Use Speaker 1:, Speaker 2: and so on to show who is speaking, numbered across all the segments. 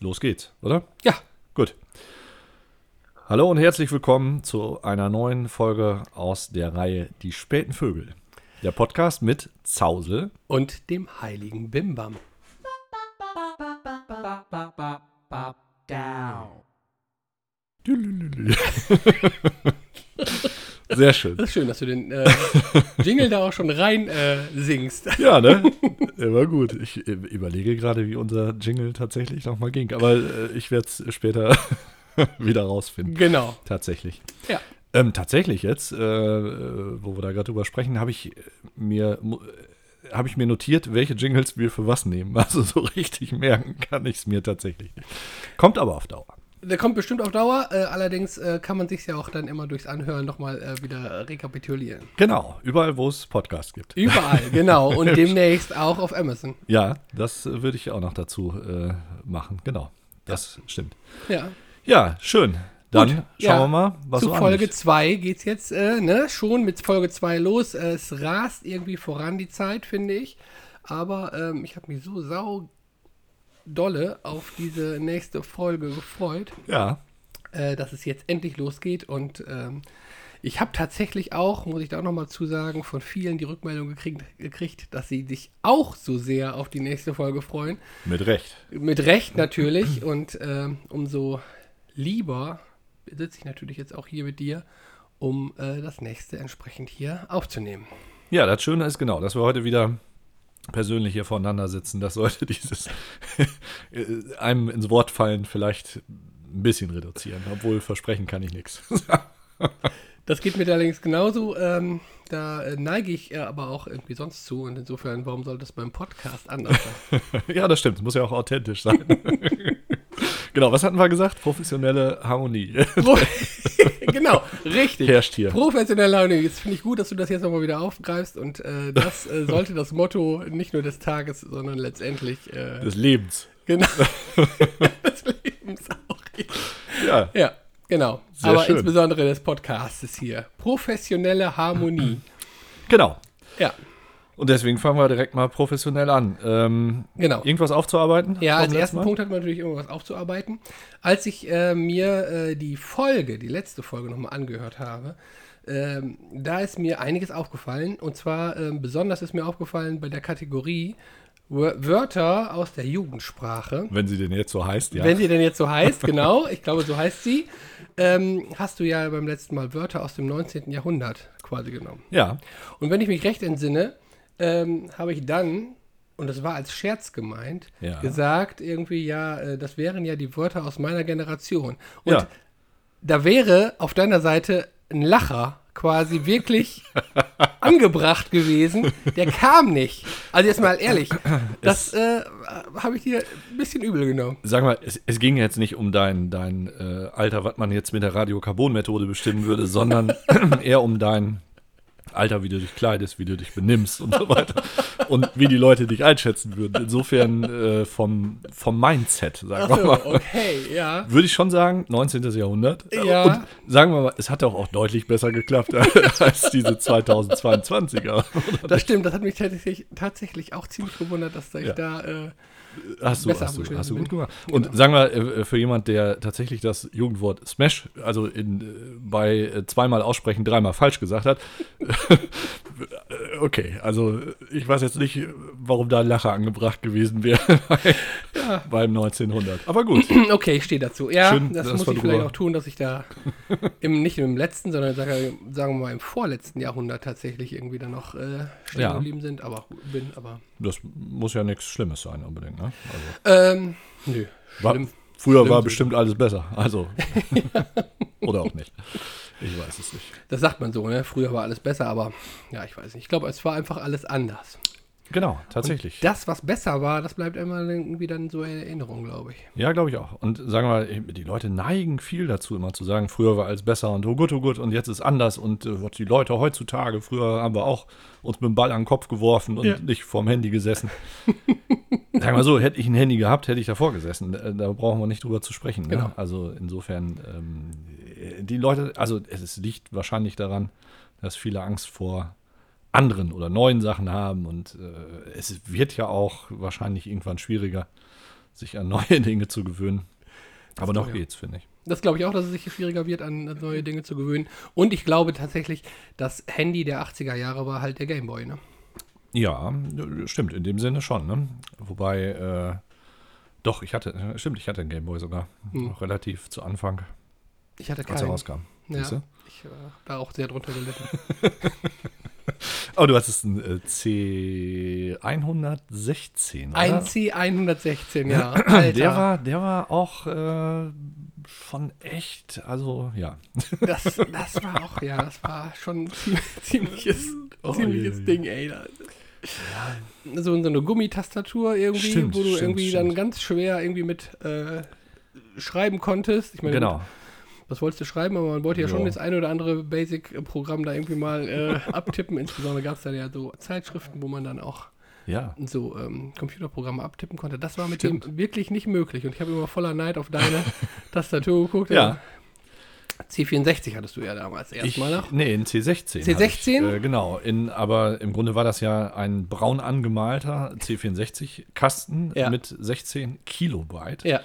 Speaker 1: Los geht's, oder?
Speaker 2: Ja.
Speaker 1: Gut. Hallo und herzlich willkommen zu einer neuen Folge aus der Reihe Die späten Vögel. Der Podcast mit Zausel.
Speaker 2: Und dem heiligen Bimbam.
Speaker 1: Sehr schön.
Speaker 2: Das ist schön, dass du den äh, Jingle da auch schon rein äh, singst.
Speaker 1: Ja, ne? Immer gut. Ich äh, überlege gerade, wie unser Jingle tatsächlich nochmal ging, aber äh, ich werde es später wieder rausfinden.
Speaker 2: Genau.
Speaker 1: Tatsächlich.
Speaker 2: Ja.
Speaker 1: Ähm, tatsächlich jetzt, äh, äh, wo wir da gerade drüber sprechen, habe ich äh, mir mu- äh, habe ich mir notiert, welche Jingles wir für was nehmen. Also so richtig merken kann ich es mir tatsächlich nicht. Kommt aber auf Dauer.
Speaker 2: Der kommt bestimmt auf Dauer, äh, allerdings äh, kann man sich ja auch dann immer durchs Anhören nochmal äh, wieder rekapitulieren.
Speaker 1: Genau, überall, wo es Podcasts gibt.
Speaker 2: Überall, genau. Und demnächst auch auf Amazon.
Speaker 1: Ja, das äh, würde ich auch noch dazu äh, machen. Genau, das stimmt.
Speaker 2: Ja.
Speaker 1: Ja, schön. Dann schauen
Speaker 2: ja.
Speaker 1: wir mal, was
Speaker 2: Zu
Speaker 1: so
Speaker 2: Folge
Speaker 1: anliegt.
Speaker 2: 2 geht's jetzt äh, ne, schon mit Folge 2 los. Äh, es rast irgendwie voran die Zeit, finde ich. Aber ähm, ich habe mich so sau dolle auf diese nächste Folge gefreut,
Speaker 1: Ja,
Speaker 2: äh, dass es jetzt endlich losgeht. Und ähm, ich habe tatsächlich auch, muss ich da auch nochmal zusagen, von vielen die Rückmeldung gekriegt, gekriegt, dass sie sich auch so sehr auf die nächste Folge freuen.
Speaker 1: mit Recht.
Speaker 2: Mit Recht natürlich und ähm, umso lieber sitze ich natürlich jetzt auch hier mit dir, um äh, das nächste entsprechend hier aufzunehmen.
Speaker 1: Ja, das Schöne ist genau, dass wir heute wieder persönlich hier voneinander sitzen, dass heute dieses äh, einem ins Wort fallen vielleicht ein bisschen reduzieren, obwohl versprechen kann ich nichts.
Speaker 2: Das geht mir allerdings genauso, ähm, da äh, neige ich äh, aber auch irgendwie sonst zu und insofern, warum sollte es beim Podcast anders sein?
Speaker 1: ja, das stimmt, es muss ja auch authentisch sein. genau, was hatten wir gesagt? Professionelle Harmonie
Speaker 2: Pro- genau, richtig.
Speaker 1: herrscht hier.
Speaker 2: Professionelle Laune. Jetzt finde ich gut, dass du das jetzt nochmal wieder aufgreifst und äh, das äh, sollte das Motto nicht nur des Tages, sondern letztendlich äh,
Speaker 1: Des Lebens.
Speaker 2: genau, des Lebens auch.
Speaker 1: Ja,
Speaker 2: Ja, genau.
Speaker 1: Sehr
Speaker 2: Aber
Speaker 1: schön.
Speaker 2: insbesondere des Podcasts hier. Professionelle Harmonie.
Speaker 1: genau.
Speaker 2: ja,
Speaker 1: Und deswegen fangen wir direkt mal professionell an. Ähm,
Speaker 2: genau.
Speaker 1: irgendwas aufzuarbeiten?
Speaker 2: Ja,
Speaker 1: Vom
Speaker 2: als
Speaker 1: letzten
Speaker 2: ersten
Speaker 1: Mal?
Speaker 2: Punkt hat man natürlich irgendwas aufzuarbeiten. Als ich äh, mir äh, die Folge, die letzte Folge nochmal angehört habe, ähm, da ist mir einiges aufgefallen. Und zwar ähm, besonders ist mir aufgefallen bei der Kategorie Wör- Wörter aus der Jugendsprache.
Speaker 1: Wenn sie denn jetzt so heißt, ja.
Speaker 2: Wenn sie denn jetzt so heißt, genau, ich glaube, so heißt sie, ähm, hast du ja beim letzten Mal Wörter aus dem 19. Jahrhundert quasi genommen.
Speaker 1: ja.
Speaker 2: Und wenn ich mich recht entsinne, ähm, habe ich dann, und das war als Scherz gemeint,
Speaker 1: Ja.
Speaker 2: gesagt, irgendwie, ja, äh, das wären ja die Wörter aus meiner Generation. Und
Speaker 1: ja.
Speaker 2: da wäre auf deiner Seite ein Lacher quasi wirklich angebracht gewesen. Der kam nicht. Also jetzt mal ehrlich, das äh, habe ich dir ein bisschen übel genommen.
Speaker 1: Sag mal, es, es ging jetzt nicht um dein, dein äh, Alter, was man jetzt mit der Radiokarbon-Methode bestimmen würde, sondern eher um dein Alter, wie du dich kleidest, wie du dich benimmst und so weiter. Und wie die Leute dich einschätzen würden. Insofern äh, vom, vom Mindset, sagen wir
Speaker 2: So,
Speaker 1: mal.
Speaker 2: okay, ja.
Speaker 1: Würde ich schon sagen, 19. Jahrhundert.
Speaker 2: Ja.
Speaker 1: Und sagen wir mal, es hat auch, auch deutlich besser geklappt als diese 2022er.
Speaker 2: Das stimmt, das hat mich tatsächlich, tatsächlich auch ziemlich gewundert, dass ich
Speaker 1: Ja.
Speaker 2: da. Äh,
Speaker 1: Hast du,
Speaker 2: Besser
Speaker 1: hast du,
Speaker 2: abgeschnitten
Speaker 1: hast du
Speaker 2: bin.
Speaker 1: gut gemacht.
Speaker 2: Genau.
Speaker 1: Und sagen wir, äh, für jemand, der tatsächlich das Jugendwort Smash, also in, äh, bei äh, zweimal aussprechen, dreimal falsch gesagt hat, äh, okay, also ich weiß jetzt nicht, warum da ein Lacher angebracht gewesen wäre bei, beim 1900. Aber gut,
Speaker 2: Hm, Okay, ich stehe dazu. Ja,
Speaker 1: Schön,
Speaker 2: das
Speaker 1: dass
Speaker 2: muss
Speaker 1: wir
Speaker 2: ich
Speaker 1: drüber-
Speaker 2: vielleicht auch tun, dass ich da im, nicht im letzten, sondern sag, sagen wir mal im vorletzten Jahrhundert tatsächlich irgendwie dann noch äh, stehen
Speaker 1: Ja.
Speaker 2: geblieben sind, aber bin, aber.
Speaker 1: das muss ja nichts Schlimmes sein unbedingt. Ne? Also,
Speaker 2: Ähm, nö.
Speaker 1: war,
Speaker 2: Schlimm.
Speaker 1: früher
Speaker 2: Schlimm
Speaker 1: war
Speaker 2: sind-
Speaker 1: bestimmt alles besser. Also, oder auch nicht. Ich weiß es nicht.
Speaker 2: Das sagt man so, ne? Früher war alles besser, aber ja, ich weiß nicht. Ich glaube, es war einfach alles anders.
Speaker 1: Genau, tatsächlich.
Speaker 2: Das, was besser war, das bleibt immer irgendwie dann so in Erinnerung, glaube ich.
Speaker 1: Ja, glaube ich auch. Und sagen wir, mal, die Leute neigen viel dazu, immer zu sagen, früher war alles besser und oh gut, oh gut, und jetzt ist anders und äh, was die Leute heutzutage, früher haben wir auch uns mit dem Ball an den Kopf geworfen und
Speaker 2: Ja.
Speaker 1: nicht vorm Handy gesessen. sagen wir so, hätte ich ein Handy gehabt, hätte ich davor gesessen. Da, da brauchen wir nicht drüber zu sprechen. Ne?
Speaker 2: Genau.
Speaker 1: Also insofern, ähm, die Leute, also es ist- liegt wahrscheinlich daran, dass viele Angst vor anderen oder neuen Sachen haben und äh, es wird ja auch wahrscheinlich irgendwann schwieriger sich an neue Dinge zu gewöhnen. Aber noch
Speaker 2: ja.
Speaker 1: geht's, finde ich.
Speaker 2: Das glaube ich auch, dass es sich schwieriger wird, an an neue Dinge zu gewöhnen. Und ich glaube tatsächlich, das Handy der 80er Jahre war halt der Gameboy, ne?
Speaker 1: Ja, stimmt, in dem Sinne schon, ne? Wobei, äh, doch, ich hatte, äh, stimmt, ich hatte einen Gameboy sogar.
Speaker 2: Hm.
Speaker 1: Noch relativ zu Anfang,
Speaker 2: Ich hatte
Speaker 1: als er
Speaker 2: keinen.
Speaker 1: rauskam. Siehst
Speaker 2: Ja,
Speaker 1: du?
Speaker 2: ich war da auch sehr drunter gelitten.
Speaker 1: Oh, du hattest einen äh, C116, oder?
Speaker 2: Ein C116, ja. Alter,
Speaker 1: Der war, der war auch äh, schon echt, also ja.
Speaker 2: das, das war auch, ja, das war schon ein ziemliches,
Speaker 1: Oh,
Speaker 2: ziemliches
Speaker 1: je, je.
Speaker 2: Ding, ey. da- So, so eine Gummitastatur irgendwie,
Speaker 1: Stimmt,
Speaker 2: wo du
Speaker 1: stimmt,
Speaker 2: irgendwie dann
Speaker 1: stimmt.
Speaker 2: ganz schwer irgendwie mit äh, schreiben konntest. Ich meine, gut,
Speaker 1: Genau.
Speaker 2: was wolltest du schreiben, aber man wollte ja schon
Speaker 1: Ja.
Speaker 2: das ein oder andere Basic-Programm da irgendwie mal äh, abtippen. Insbesondere gab es dann ja so Zeitschriften, wo man dann auch
Speaker 1: Ja.
Speaker 2: so ähm, Computerprogramme abtippen konnte. Das war mit
Speaker 1: Stimmt.
Speaker 2: dem wirklich nicht möglich. Und ich habe immer voller Neid auf deine Tastatur geguckt.
Speaker 1: Ja.
Speaker 2: C64 hattest du ja damals erstmal noch.
Speaker 1: Nee, in C16.
Speaker 2: C16?
Speaker 1: hatte Ich, äh, genau, in, aber im Grunde war das ja ein braun angemalter C64-Kasten
Speaker 2: Ja.
Speaker 1: mit 16 Kilobyte
Speaker 2: Ja,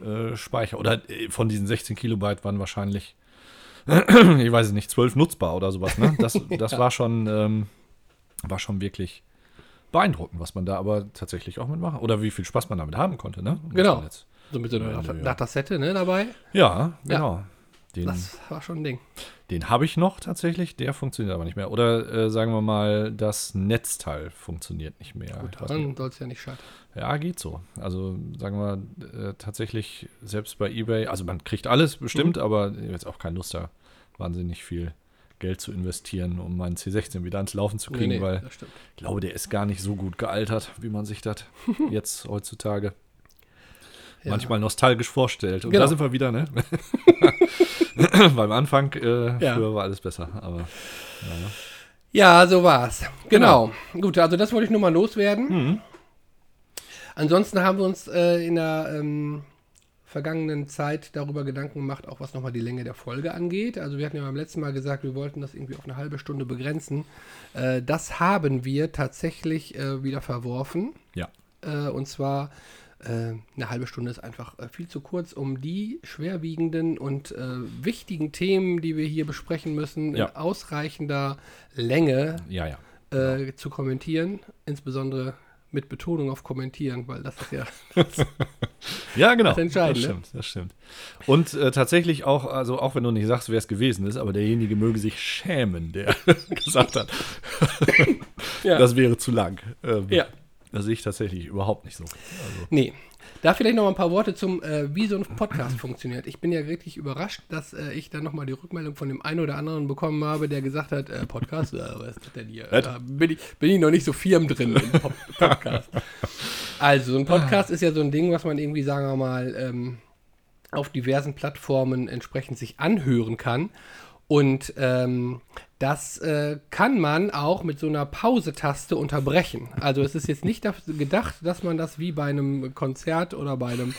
Speaker 1: äh, Speicher. Oder äh, von diesen 16 Kilobyte waren wahrscheinlich, ich weiß es nicht, 12 nutzbar oder sowas. Ne? Das, das war, schon, ähm, war schon wirklich beeindruckend, was man da aber tatsächlich auch mitmachen. Oder wie viel Spaß man damit haben konnte. Ne? Muss
Speaker 2: Genau.
Speaker 1: man jetzt-
Speaker 2: so mit so einer
Speaker 1: Also,
Speaker 2: Dat
Speaker 1: ja.
Speaker 2: Datasette ne, dabei.
Speaker 1: Ja, genau. Den,
Speaker 2: Das war schon ein Ding.
Speaker 1: den habe ich noch tatsächlich, der funktioniert aber nicht mehr. Oder äh, sagen wir mal, das Netzteil funktioniert nicht mehr. Ich weiß
Speaker 2: Dann soll es ja nicht scheitern.
Speaker 1: Ja, geht so. Also sagen wir äh, tatsächlich, selbst bei eBay, also man kriegt alles bestimmt, aber jetzt auch keine Lust da, wahnsinnig viel Geld zu investieren, um meinen C16 wieder ans Laufen zu kriegen, weil
Speaker 2: das stimmt.
Speaker 1: ich glaube, der ist gar nicht so gut gealtert, wie man sich das jetzt heutzutage
Speaker 2: Ja.
Speaker 1: manchmal nostalgisch vorstellt. Und
Speaker 2: Genau.
Speaker 1: da sind wir wieder, ne? Beim Anfang, äh,
Speaker 2: Ja.
Speaker 1: früher war alles besser, aber
Speaker 2: Ja, so war's. Genau. Gut, also das wollte ich nur mal loswerden. Ansonsten haben wir uns äh, in der ähm, vergangenen Zeit darüber Gedanken gemacht, auch was nochmal die Länge der Folge angeht. Also wir hatten ja beim letzten Mal gesagt, wir wollten das irgendwie auf eine halbe Stunde begrenzen. Äh, das haben wir tatsächlich äh, wieder verworfen.
Speaker 1: ja.
Speaker 2: Äh, und zwar äh, eine halbe Stunde ist einfach äh, viel zu kurz, um die schwerwiegenden und äh, wichtigen Themen, die wir hier besprechen müssen, in
Speaker 1: Ja.
Speaker 2: ausreichender Länge
Speaker 1: Ja, ja. Genau.
Speaker 2: äh, zu kommentieren. Insbesondere mit Betonung auf kommentieren, weil das ist ja das,
Speaker 1: Ja, genau.
Speaker 2: Das
Speaker 1: Das
Speaker 2: Entscheidende.
Speaker 1: stimmt, das stimmt. Und äh, tatsächlich auch, also auch wenn du nicht sagst, wer es gewesen ist, aber derjenige möge sich schämen, der gesagt hat,
Speaker 2: ja.
Speaker 1: das wäre zu lang. Ähm,
Speaker 2: Ja.
Speaker 1: Das sehe ich tatsächlich überhaupt nicht so.
Speaker 2: Nee. Da vielleicht noch mal ein paar Worte zum, äh, wie so ein Podcast funktioniert. Ich bin ja wirklich überrascht, dass äh, ich dann noch mal die Rückmeldung von dem einen oder anderen bekommen habe, der gesagt hat, äh, Podcast, äh, was ist das denn hier?
Speaker 1: Was?
Speaker 2: Da bin ich, bin ich noch nicht so firm drin im Pop Podcast. Also so ein Podcast ist ja so ein Ding, was man irgendwie, sagen wir mal, ähm, auf diversen Plattformen entsprechend sich anhören kann. Und ähm, das äh, kann man auch mit so einer Pause-Taste unterbrechen. Also es ist jetzt nicht dafür gedacht, dass man das wie bei einem Konzert oder bei einem,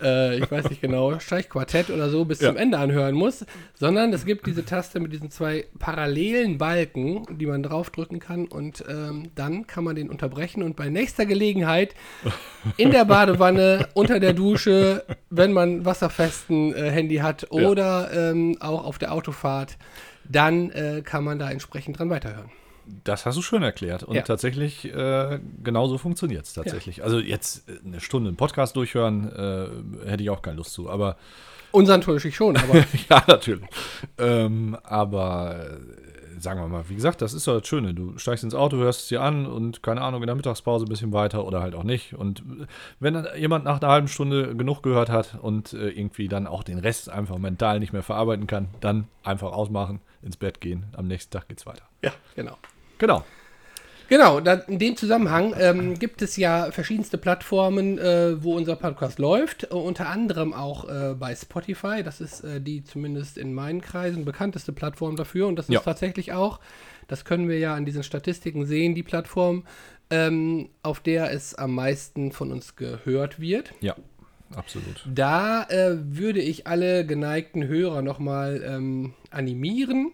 Speaker 2: äh, ich weiß nicht genau, Streichquartett oder so bis
Speaker 1: Ja.
Speaker 2: zum Ende anhören muss, sondern es gibt diese Taste mit diesen zwei parallelen Balken, die man draufdrücken kann und ähm, dann kann man den unterbrechen und bei nächster Gelegenheit in der Badewanne, unter der Dusche, wenn man wasserfesten äh, Handy hat oder ähm, auch auf der Autofahrt, dann äh, kann man da entsprechend dran weiterhören.
Speaker 1: Das hast du schön erklärt. Und
Speaker 2: Ja.
Speaker 1: tatsächlich, äh, genauso funktioniert es tatsächlich. Also jetzt äh, eine Stunde einen Podcast durchhören, äh, hätte ich auch keine Lust zu. Aber
Speaker 2: Unseren natürlich schon, aber
Speaker 1: ja, natürlich. ähm, aber äh, sagen wir mal, wie gesagt, das ist doch das Schöne. Du steigst ins Auto, hörst es dir an und keine Ahnung, in der Mittagspause ein bisschen weiter oder halt auch nicht. Und äh, wenn dann jemand nach einer halben Stunde genug gehört hat und äh, irgendwie dann auch den Rest einfach mental nicht mehr verarbeiten kann, dann einfach ausmachen, ins Bett gehen. Am nächsten Tag geht's weiter.
Speaker 2: ja, genau.
Speaker 1: Genau.
Speaker 2: Genau, da, in dem Zusammenhang ähm, gibt es ja verschiedenste Plattformen, äh, wo unser Podcast läuft, äh, unter anderem auch äh, bei Spotify. Das ist äh, die zumindest in meinen Kreisen bekannteste Plattform dafür und das
Speaker 1: Ja.
Speaker 2: ist tatsächlich auch, das können wir ja an diesen Statistiken sehen, die Plattform, ähm, auf der es am meisten von uns gehört wird.
Speaker 1: Ja, absolut.
Speaker 2: Da äh, würde ich alle geneigten Hörer nochmal ähm, animieren,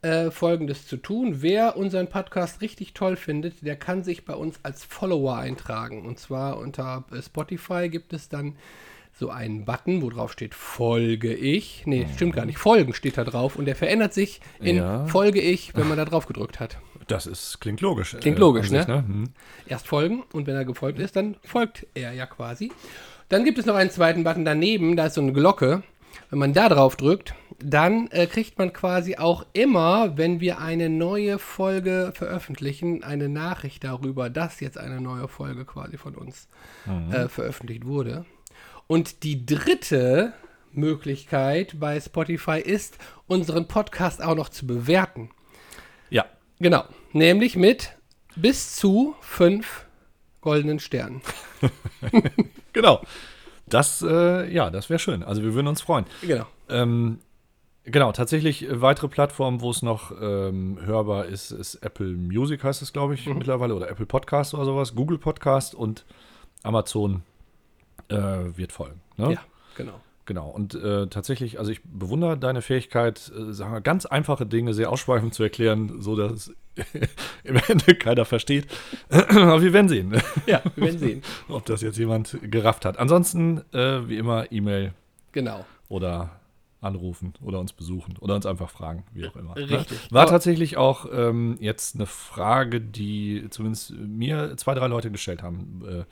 Speaker 2: äh, Folgendes zu tun. Wer unseren Podcast richtig toll findet, der kann sich bei uns als Follower eintragen. Und zwar unter äh, Spotify gibt es dann so einen Button, wo drauf steht Folge ich. Nee, stimmt gar nicht. Folgen steht da drauf und der verändert sich in
Speaker 1: Ja.
Speaker 2: Folge ich, wenn man da drauf gedrückt hat.
Speaker 1: Das ist, klingt logisch. äh,
Speaker 2: Klingt logisch,
Speaker 1: an sich,
Speaker 2: ne?
Speaker 1: Hm.
Speaker 2: Erst folgen und wenn er gefolgt ist, dann folgt er ja quasi. Dann gibt es noch einen zweiten Button daneben, da ist so eine Glocke. Wenn man da drauf drückt, dann äh, kriegt man quasi auch immer, wenn wir eine neue Folge veröffentlichen, eine Nachricht darüber, dass jetzt eine neue Folge quasi von uns äh, veröffentlicht wurde. Und die dritte Möglichkeit bei Spotify ist, unseren Podcast auch noch zu bewerten.
Speaker 1: Ja,
Speaker 2: Genau, nämlich mit bis zu fünf goldenen Sternen.
Speaker 1: genau. Das, äh, ja, das wäre schön. Also wir würden uns freuen.
Speaker 2: Genau.
Speaker 1: Ähm, genau, tatsächlich äh, weitere Plattformen, wo es noch ähm, hörbar ist, ist Apple Music heißt es, glaube ich,
Speaker 2: Mhm.
Speaker 1: mittlerweile, oder Apple Podcast oder sowas, Google Podcast und Amazon äh, wird folgen. Ne?
Speaker 2: Ja, genau.
Speaker 1: Genau. Und äh, tatsächlich, also ich bewundere deine Fähigkeit, äh, sagen wir, ganz einfache Dinge sehr ausschweifend zu erklären, so dass im Ende keiner versteht. Aber wir werden sehen,
Speaker 2: Ja, wir werden sehen.
Speaker 1: ob das jetzt jemand gerafft hat. Ansonsten, äh, wie immer, E-Mail
Speaker 2: Genau.
Speaker 1: oder anrufen oder uns besuchen oder uns einfach fragen, wie auch immer. ne?
Speaker 2: Richtig.
Speaker 1: War
Speaker 2: Aber-
Speaker 1: tatsächlich auch ähm, jetzt eine Frage, die zumindest mir zwei, drei Leute gestellt haben, äh,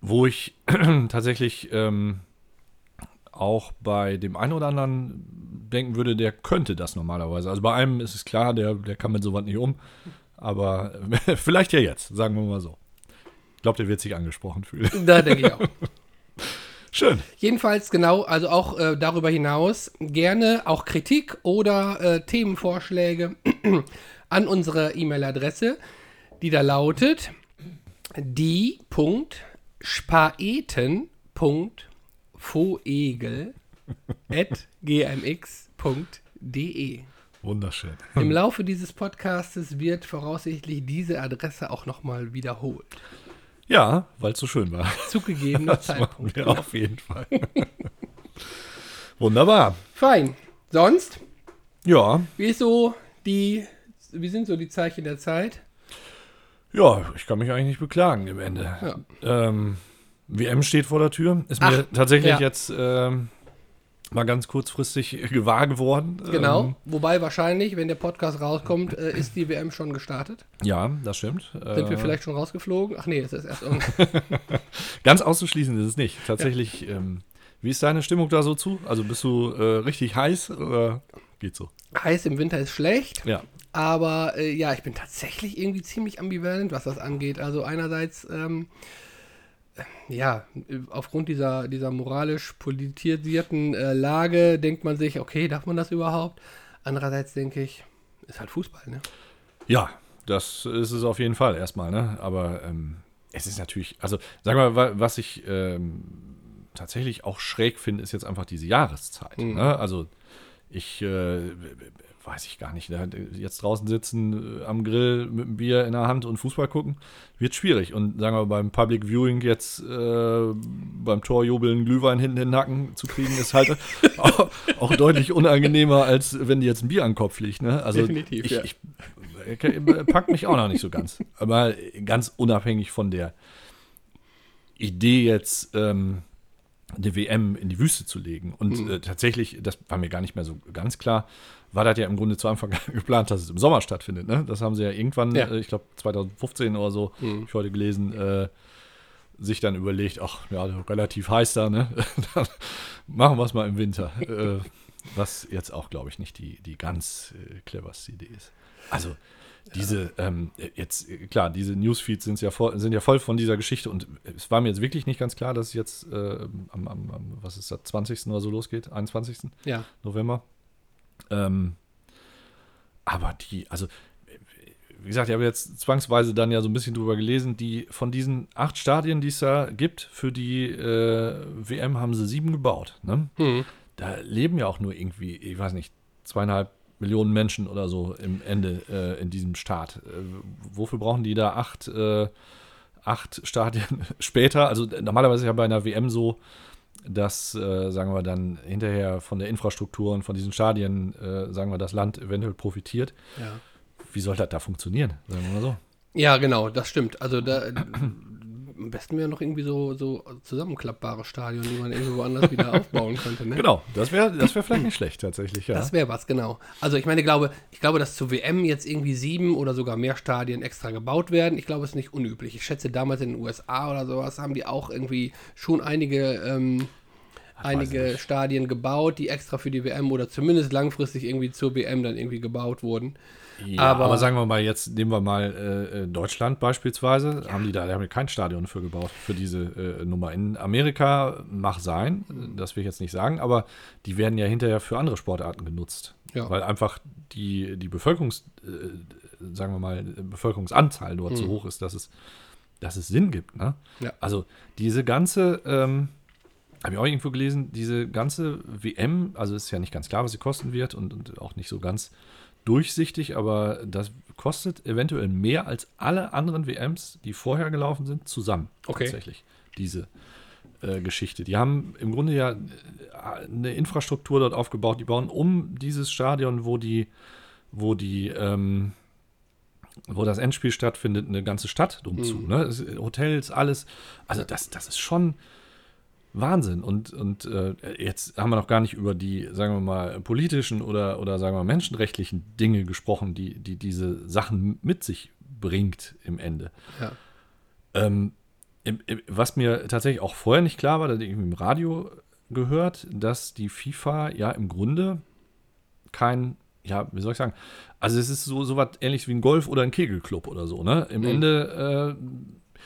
Speaker 1: wo ich tatsächlich ähm, auch bei dem einen oder anderen denken würde, der könnte das normalerweise. Also bei einem ist es klar, der, der kann mit sowas nicht um. Aber vielleicht ja jetzt, sagen wir mal so. Ich glaube, der wird sich angesprochen fühlen.
Speaker 2: Da denke ich auch.
Speaker 1: Schön.
Speaker 2: Jedenfalls genau, also auch äh, darüber hinaus gerne auch Kritik oder äh, Themenvorschläge an unsere E-Mail-Adresse, die da lautet die.spaeten.voegel.gmx.de.
Speaker 1: Wunderschön.
Speaker 2: Im Laufe dieses Podcastes wird voraussichtlich diese Adresse auch nochmal wiederholt.
Speaker 1: Ja, weil es so schön war.
Speaker 2: Zu gegebener
Speaker 1: Das machen
Speaker 2: Zeitpunkt.
Speaker 1: wir auf jeden Fall. Wunderbar.
Speaker 2: Fein. Sonst,
Speaker 1: Ja,
Speaker 2: wie ist so die, wie sind so die Zeichen der Zeit?
Speaker 1: ja, ich kann mich eigentlich nicht beklagen im Ende. Ähm, WM steht vor der Tür. Ist mir tatsächlich
Speaker 2: ja.
Speaker 1: jetzt ähm, mal ganz kurzfristig gewahr geworden.
Speaker 2: Genau.
Speaker 1: Ähm,
Speaker 2: Wobei wahrscheinlich, wenn der Podcast rauskommt, äh, ist die WM schon gestartet.
Speaker 1: ja, das stimmt.
Speaker 2: Sind
Speaker 1: Äh,
Speaker 2: wir vielleicht schon rausgeflogen? Ach nee, es ist erst um.
Speaker 1: Ganz auszuschließen ist es nicht. Tatsächlich, ähm, wie ist deine Stimmung da so zu? Also bist du äh, richtig heiß oder geht so?
Speaker 2: Heiß im Winter ist schlecht.
Speaker 1: Ja.
Speaker 2: Aber äh, ja, ich bin tatsächlich irgendwie ziemlich ambivalent, was das angeht. Also einerseits, ähm, äh, ja, aufgrund dieser, dieser moralisch politisierten äh, Lage denkt man sich, okay, darf man das überhaupt? Andererseits denke ich, ist halt Fußball, ne?
Speaker 1: Ja, das ist es auf jeden Fall erstmal, ne? Aber ähm, es ist natürlich, also sag mal, wa- was ich ähm, tatsächlich auch schräg finde, ist jetzt einfach diese Jahreszeit. Ne? Also ich äh, weiß ich gar nicht, da jetzt draußen sitzen äh, am Grill mit einem Bier in der Hand und Fußball gucken, wird schwierig. Und sagen wir beim Public Viewing jetzt äh, beim Torjubeln Glühwein hinten in den Nacken zu kriegen, ist halt auch, auch deutlich unangenehmer, als wenn dir jetzt ein Bier an den Kopf liegt. Ne? Also
Speaker 2: Definitiv,
Speaker 1: ich,
Speaker 2: ja.
Speaker 1: ich äh, packt mich auch noch nicht so ganz. Aber ganz unabhängig von der Idee jetzt ähm, eine WM in die Wüste zu legen. Und
Speaker 2: Mhm.
Speaker 1: äh, tatsächlich, das war mir gar nicht mehr so ganz klar, war das ja im Grunde zu Anfang geplant, dass es im Sommer stattfindet. Ne? Das haben sie ja irgendwann,
Speaker 2: Ja.
Speaker 1: Äh, ich glaube 2015 oder so, hab ich heute gelesen, äh, sich dann überlegt, ach ja, relativ heiß da, ne? dann machen wir es mal im Winter. äh, was jetzt auch, glaube ich, nicht die, die ganz äh, cleverste Idee ist. Also diese, ähm, jetzt, äh, klar, diese Newsfeeds sind ja, voll, sind ja voll von dieser Geschichte und es war mir jetzt wirklich nicht ganz klar, dass es jetzt äh, am, am, am, was ist das, 20. oder so losgeht, 21.
Speaker 2: Ja.
Speaker 1: November. Ähm, aber die, also, äh, wie gesagt, ich habe jetzt zwangsweise dann ja so ein bisschen drüber gelesen, die von diesen acht Stadien, die es da gibt, für die äh, WM haben sie sieben gebaut. Ne?
Speaker 2: Hm.
Speaker 1: Da leben ja auch nur irgendwie, ich weiß nicht, zweieinhalb Millionen Menschen oder so im Ende äh, in diesem Staat. Äh, wofür brauchen die da acht, äh, acht Stadien später? Also äh, normalerweise ist ja bei einer WM so, dass, äh, sagen wir dann, hinterher von der Infrastruktur und von diesen Stadien, äh, sagen wir, das Land eventuell profitiert.
Speaker 2: Ja.
Speaker 1: Wie soll das da funktionieren? Sagen wir mal so.
Speaker 2: ja, genau, das stimmt. Also da am besten wäre noch irgendwie so, so zusammenklappbare Stadion, die man irgendwo anders wieder aufbauen könnte. Ne?
Speaker 1: Genau, das wäre das wär vielleicht nicht schlecht tatsächlich, ja.
Speaker 2: Das wäre was, genau. Also ich meine, glaube, ich glaube, dass zur WM jetzt irgendwie sieben oder sogar mehr Stadien extra gebaut werden. Ich glaube, es ist nicht unüblich. Ich schätze, damals in den USA oder sowas haben die auch irgendwie schon einige, ähm, einige
Speaker 1: nicht.
Speaker 2: Stadien gebaut, die extra für die WM oder zumindest langfristig irgendwie zur WM dann irgendwie gebaut wurden.
Speaker 1: ja aber,
Speaker 2: aber-
Speaker 1: sagen wir mal, jetzt nehmen wir mal äh, äh, Deutschland beispielsweise, haben die da, da haben wir kein Stadion für gebaut, für diese äh, Nummer. In Amerika mag sein, äh, das will ich jetzt nicht sagen, aber die werden ja hinterher für andere Sportarten genutzt.
Speaker 2: Ja.
Speaker 1: Weil einfach die, die Bevölkerungs, äh, sagen wir mal, Bevölkerungsanzahl dort
Speaker 2: Mhm.
Speaker 1: so hoch ist, dass es, dass es Sinn gibt, ne?
Speaker 2: Ja.
Speaker 1: Also diese ganze, ähm, habe ich auch irgendwo gelesen, diese ganze WM, also ist ja nicht ganz klar, was sie kosten wird und, und auch nicht so ganz durchsichtig, aber das kostet eventuell mehr als alle anderen WMs, die vorher gelaufen sind, zusammen.
Speaker 2: Okay.
Speaker 1: Tatsächlich. Diese äh, Geschichte. Die haben im Grunde ja äh, eine Infrastruktur dort aufgebaut. Die bauen um dieses Stadion, wo die, wo die, ähm, wo das Endspiel stattfindet, eine ganze Stadt drum zu. Ne? Es- Hotels, alles. Also das, das ist schon Wahnsinn. Und, und äh, jetzt haben wir noch gar nicht über die, sagen wir mal, politischen oder, oder sagen wir mal, menschenrechtlichen Dinge gesprochen, die, die diese Sachen mit sich bringt im Ende.
Speaker 2: Ja.
Speaker 1: Ähm, im, im, was mir tatsächlich auch vorher nicht klar war, dass ich irgendwie im Radio gehört, dass die FIFA ja im Grunde kein, ja, wie soll ich sagen, also es ist so, so was ähnliches wie ein Golf oder ein Kegelclub oder so, ne?
Speaker 2: Mhm.
Speaker 1: Im Ende, äh,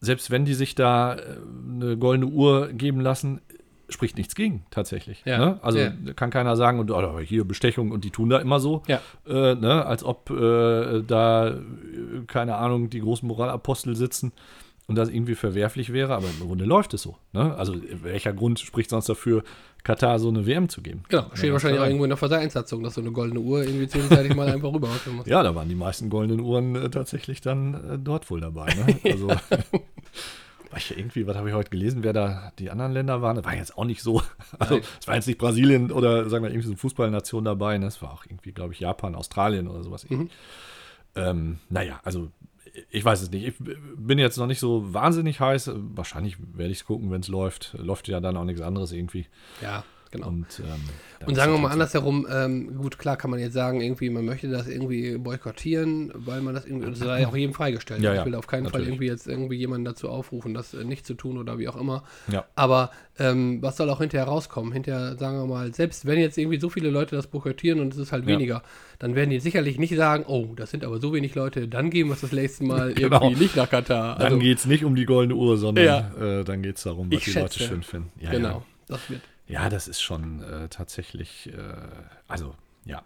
Speaker 1: selbst wenn die sich da äh, eine goldene Uhr geben lassen, spricht nichts gegen, tatsächlich.
Speaker 2: Ja,
Speaker 1: Ne? Also
Speaker 2: ja.
Speaker 1: kann keiner sagen, und oh, hier Bestechung und die tun da immer so,
Speaker 2: Ja.
Speaker 1: äh, ne? als ob äh, da, äh, keine Ahnung, die großen Moralapostel sitzen und das irgendwie verwerflich wäre, aber im Grunde läuft es so. Ne? Also welcher Grund spricht sonst dafür, Katar so eine WM zu geben?
Speaker 2: Genau, steht wahrscheinlich auch
Speaker 1: klar.
Speaker 2: irgendwo in der Verseinsatzung, dass so eine goldene Uhr irgendwie zwischenzeitlich mal einfach rüberhocken muss.
Speaker 1: Ja, da waren die meisten goldenen Uhren äh, tatsächlich dann äh, dort wohl dabei. Ne? Also, war ich ja irgendwie, was habe ich heute gelesen, wer da die anderen Länder waren? Das war jetzt auch nicht so. Also,
Speaker 2: Nein.
Speaker 1: es war jetzt nicht Brasilien oder sagen wir irgendwie so eine Fußballnation dabei. Ne? Es war auch irgendwie, glaube ich, Japan, Australien oder sowas.
Speaker 2: Mhm.
Speaker 1: Ähm, naja, also ich weiß es nicht. Ich äh, bin jetzt noch nicht so wahnsinnig heiß. Wahrscheinlich werde ich es gucken, wenn es läuft. Läuft ja dann auch nichts anderes irgendwie.
Speaker 2: Ja, genau.
Speaker 1: Und, ähm, dann
Speaker 2: Und
Speaker 1: ist
Speaker 2: sagen wir
Speaker 1: das
Speaker 2: mal
Speaker 1: jetzt-
Speaker 2: andersherum, ähm, gut, klar kann man jetzt sagen, irgendwie, man möchte das irgendwie boykottieren, weil man das irgendwie, das sei auch jedem freigestellt.
Speaker 1: Ja,
Speaker 2: ich
Speaker 1: ja,
Speaker 2: will auf keinen Fall
Speaker 1: natürlich.
Speaker 2: irgendwie jetzt irgendwie jemanden dazu aufrufen, das äh, nicht zu tun oder wie auch immer.
Speaker 1: Ja.
Speaker 2: Aber ähm, was soll auch hinterher rauskommen? Hinterher, sagen wir mal, selbst wenn jetzt irgendwie so viele Leute das boykottieren und es ist halt
Speaker 1: Ja.
Speaker 2: weniger, dann werden die sicherlich nicht sagen, oh, das sind aber so wenig Leute, dann gehen wir es das nächste Mal
Speaker 1: Genau.
Speaker 2: irgendwie nicht nach Katar.
Speaker 1: Dann geht es nicht um die goldene Uhr, sondern
Speaker 2: Also Ja.
Speaker 1: äh, dann geht es darum, was
Speaker 2: Ich
Speaker 1: die Leute
Speaker 2: schätze.
Speaker 1: schön finden. Ja,
Speaker 2: genau, das wird.
Speaker 1: Ja. ja, das ist schon äh, tatsächlich, äh, also ja.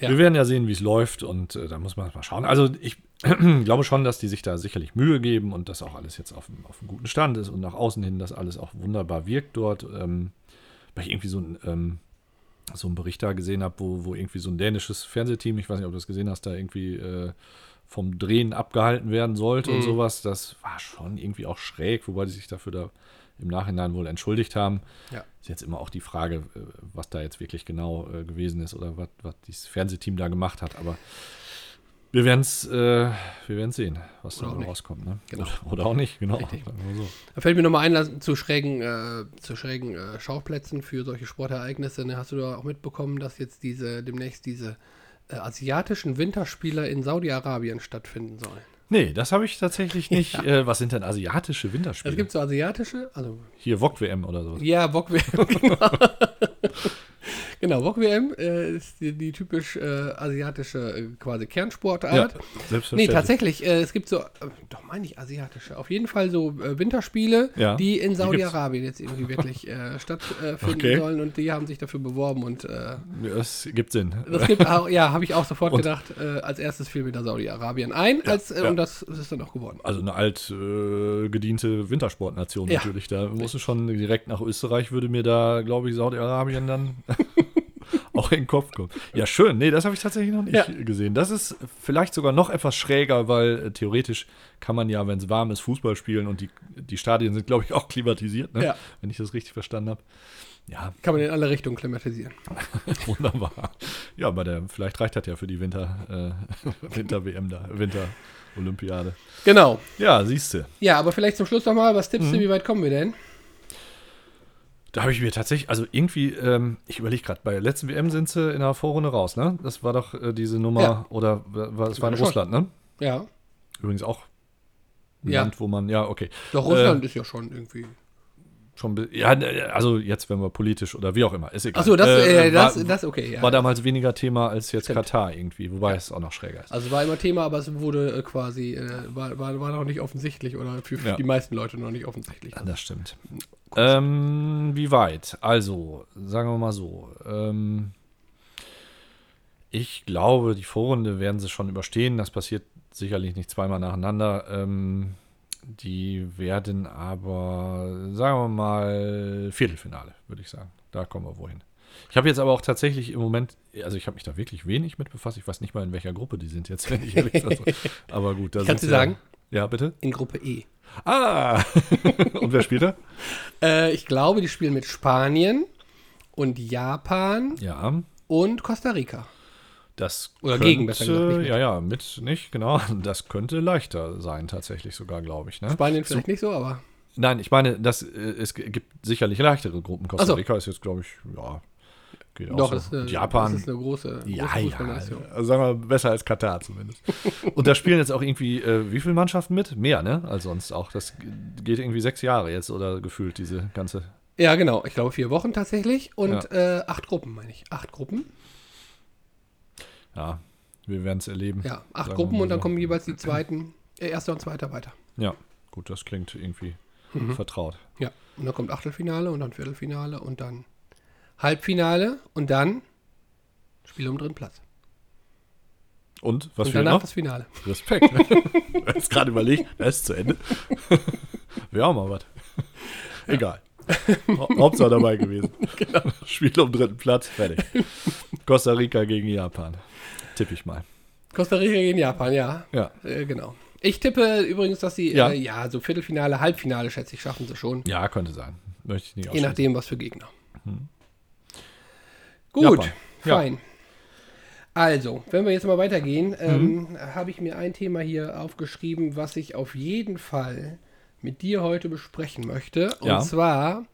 Speaker 2: Ja.
Speaker 1: Wir werden ja sehen, wie es läuft und äh, da muss man mal schauen. Also ich glaube schon, dass die sich da sicherlich Mühe geben und dass auch alles jetzt auf, dem- auf einem guten Stand ist und nach außen hin, dass alles auch wunderbar wirkt dort. Ähm, weil ich irgendwie so ein... Ähm, so einen Bericht da gesehen habe, wo, wo irgendwie so ein dänisches Fernsehteam, ich weiß nicht, ob du das gesehen hast, da irgendwie äh, vom Drehen abgehalten werden sollte und sowas. Das war schon irgendwie auch schräg, wobei die sich dafür da im Nachhinein wohl entschuldigt haben.
Speaker 2: Ja.
Speaker 1: Ist jetzt immer auch die Frage, äh, was da jetzt wirklich genau äh, gewesen ist oder was, was dieses Fernsehteam da gemacht hat. Aber wir werden es äh, wir werden's sehen, was da
Speaker 2: Oder auch nicht.
Speaker 1: rauskommt. Ne?
Speaker 2: Genau.
Speaker 1: Oder, oder auch nicht, genau.
Speaker 2: Richtig.
Speaker 1: Sagen wir so.
Speaker 2: Da fällt mir nochmal ein, dass- zu schrägen, äh, zu schrägen äh, Schauplätzen für solche Sportereignisse. Ne? Hast du da auch mitbekommen, dass jetzt diese demnächst diese äh, asiatischen Winterspiele in Saudi-Arabien stattfinden sollen?
Speaker 1: Nee, das habe ich tatsächlich nicht. Äh, was sind denn asiatische
Speaker 2: Es
Speaker 1: Winterspiele?
Speaker 2: gibt Also so asiatische, also
Speaker 1: Hier VOG-WM oder so.
Speaker 2: ja, Wok-WM, genau. genau, Wok-WM äh, ist die, die typisch äh, asiatische äh, quasi Kernsportart. äh, Nee,
Speaker 1: selbstverständlich.
Speaker 2: tatsächlich, äh, es gibt so, äh, doch meine ich asiatische, auf jeden Fall so äh, Winterspiele,
Speaker 1: Ja,
Speaker 2: die in
Speaker 1: die
Speaker 2: Saudi-Arabien jetzt irgendwie wirklich äh, stattfinden
Speaker 1: Okay.
Speaker 2: sollen und die haben sich dafür beworben und äh,
Speaker 1: Das gibt Sinn.
Speaker 2: das gibt auch, ja, habe ich auch sofort
Speaker 1: Und-
Speaker 2: gedacht, äh, als erstes fiel mir da Saudi-Arabien ein als, äh,
Speaker 1: ja.
Speaker 2: und das ist dann auch geworden.
Speaker 1: Also eine alt äh, gediente Wintersportnation
Speaker 2: Ja.
Speaker 1: natürlich. Da musst du schon direkt nach Österreich, würde mir da, glaube ich, Saudi-Arabien dann auch in den Kopf kommt. Ja, schön. Nee, das habe ich tatsächlich noch nicht
Speaker 2: Ja.
Speaker 1: gesehen. Das ist vielleicht sogar noch etwas schräger, weil äh, theoretisch kann man ja, wenn es warm ist, Fußball spielen und die, die Stadien sind, glaube ich, auch klimatisiert, ne?
Speaker 2: Ja.
Speaker 1: wenn ich das richtig verstanden habe. Ja,
Speaker 2: Kann man in alle Richtungen klimatisieren.
Speaker 1: wunderbar. Ja, bei der, vielleicht reicht das ja für die Winter, äh, Winter-WM da, Winter-Olympiade.
Speaker 2: Genau.
Speaker 1: Ja, siehst du.
Speaker 2: Ja, aber vielleicht zum Schluss nochmal, was
Speaker 1: Mhm.
Speaker 2: tippst du, wie weit kommen wir denn?
Speaker 1: Da habe ich mir tatsächlich, also irgendwie, ähm, ich überlege gerade, bei der letzten WM sind sie in der Vorrunde raus, ne? Das war doch äh, diese Nummer,
Speaker 2: Ja.
Speaker 1: oder wa- wa- es war in
Speaker 2: Schon.
Speaker 1: Russland, ne?
Speaker 2: Ja.
Speaker 1: Übrigens auch ein
Speaker 2: Ja.
Speaker 1: Land, wo man, ja, okay.
Speaker 2: Doch Russland ist ja schon irgendwie.
Speaker 1: Schon, be- ja, ne, also jetzt, wenn wir politisch oder wie auch immer, ist egal.
Speaker 2: Achso, das,
Speaker 1: Äh,
Speaker 2: äh, das,
Speaker 1: war,
Speaker 2: das, okay, ja.
Speaker 1: war damals weniger Thema als jetzt
Speaker 2: Stimmt.
Speaker 1: Katar irgendwie, wobei es auch noch schräger ist.
Speaker 2: Also war immer Thema, aber es wurde äh, quasi, äh, war, war, war noch nicht offensichtlich oder für, für
Speaker 1: Ja.
Speaker 2: die meisten Leute noch nicht offensichtlich.
Speaker 1: Das stimmt. Ähm, wie weit? Also, sagen wir mal so. Ähm, ich glaube, die Vorrunde werden sie schon überstehen. Das passiert sicherlich nicht zweimal nacheinander. Ähm, die werden aber, sagen wir mal, Viertelfinale, würde ich sagen. Da kommen wir wohin. Ich habe jetzt aber auch tatsächlich im Moment, also ich habe mich da wirklich wenig mit befasst. Ich weiß nicht mal, in welcher Gruppe die sind jetzt, wenn ich ehrlich sage. Aber gut, da
Speaker 2: Ich kann's
Speaker 1: sind
Speaker 2: dir
Speaker 1: ja-
Speaker 2: sagen.
Speaker 1: Ja, bitte.
Speaker 2: In Gruppe E.
Speaker 1: Ah! Und wer spielt da?
Speaker 2: Äh, ich glaube, die spielen mit Spanien und Japan
Speaker 1: Ja,
Speaker 2: und Costa Rica.
Speaker 1: das
Speaker 2: Oder
Speaker 1: könnte,
Speaker 2: gegen, besser gesagt, nicht mit.
Speaker 1: ja, ja, mit nicht, genau. Das könnte leichter sein tatsächlich sogar, glaube ich. Ne?
Speaker 2: Spanien vielleicht nicht so, aber.
Speaker 1: Nein, ich meine, das, äh, es g- gibt sicherlich leichtere Gruppen. Costa
Speaker 2: Ach so.
Speaker 1: Rica ist jetzt, glaube ich, ja, geht auch
Speaker 2: Doch,
Speaker 1: so.
Speaker 2: das ist eine,
Speaker 1: Und Japan,
Speaker 2: Das ist eine große, große
Speaker 1: ja, ja,
Speaker 2: Fußballnation.
Speaker 1: also sagen wir mal, besser als Katar zumindest. Und da spielen jetzt auch irgendwie, äh, wie viele Mannschaften mit? Mehr, ne, als sonst auch. Das g- geht irgendwie sechs Jahre jetzt oder gefühlt diese ganze
Speaker 2: Ja, genau. Ich glaube, vier Wochen tatsächlich und äh, acht Gruppen, meine ich. Acht Gruppen.
Speaker 1: Ja, wir werden es erleben.
Speaker 2: Ja, acht
Speaker 1: Sagen wir
Speaker 2: Gruppen
Speaker 1: mal
Speaker 2: und dann
Speaker 1: so.
Speaker 2: kommen jeweils die zweiten, äh, erster und zweiter weiter.
Speaker 1: Ja, gut, das klingt irgendwie
Speaker 2: Mhm.
Speaker 1: vertraut.
Speaker 2: Ja, und dann kommt Achtelfinale und dann Viertelfinale und dann Halbfinale und dann Spiel um dritten Platz.
Speaker 1: Und was
Speaker 2: und
Speaker 1: fehlt
Speaker 2: danach
Speaker 1: noch?
Speaker 2: das Finale.
Speaker 1: Respekt. Du hast gerade überlegt, das ist zu Ende. Wäre auch mal was. Egal. Hau- Hauptsache dabei gewesen.
Speaker 2: Genau.
Speaker 1: Spiel um dritten Platz, fertig. Costa Rica gegen Japan. Tipp ich mal.
Speaker 2: Costa Rica gegen Japan, ja.
Speaker 1: Ja.
Speaker 2: Äh, genau. Ich tippe übrigens, dass sie,
Speaker 1: Ja.
Speaker 2: Äh, ja, so Viertelfinale, Halbfinale, schätze ich, schaffen sie schon.
Speaker 1: Ja, könnte sein. Möchte ich nicht
Speaker 2: Je
Speaker 1: ausschließen.
Speaker 2: nachdem, was für Gegner. Gut,
Speaker 1: Hm. Japan. Ja. Mhm.
Speaker 2: fein. Also, wenn wir jetzt mal weitergehen, ähm, habe ich mir ein Thema hier aufgeschrieben, was ich auf jeden Fall mit dir heute besprechen möchte. Und
Speaker 1: Ja.
Speaker 2: zwar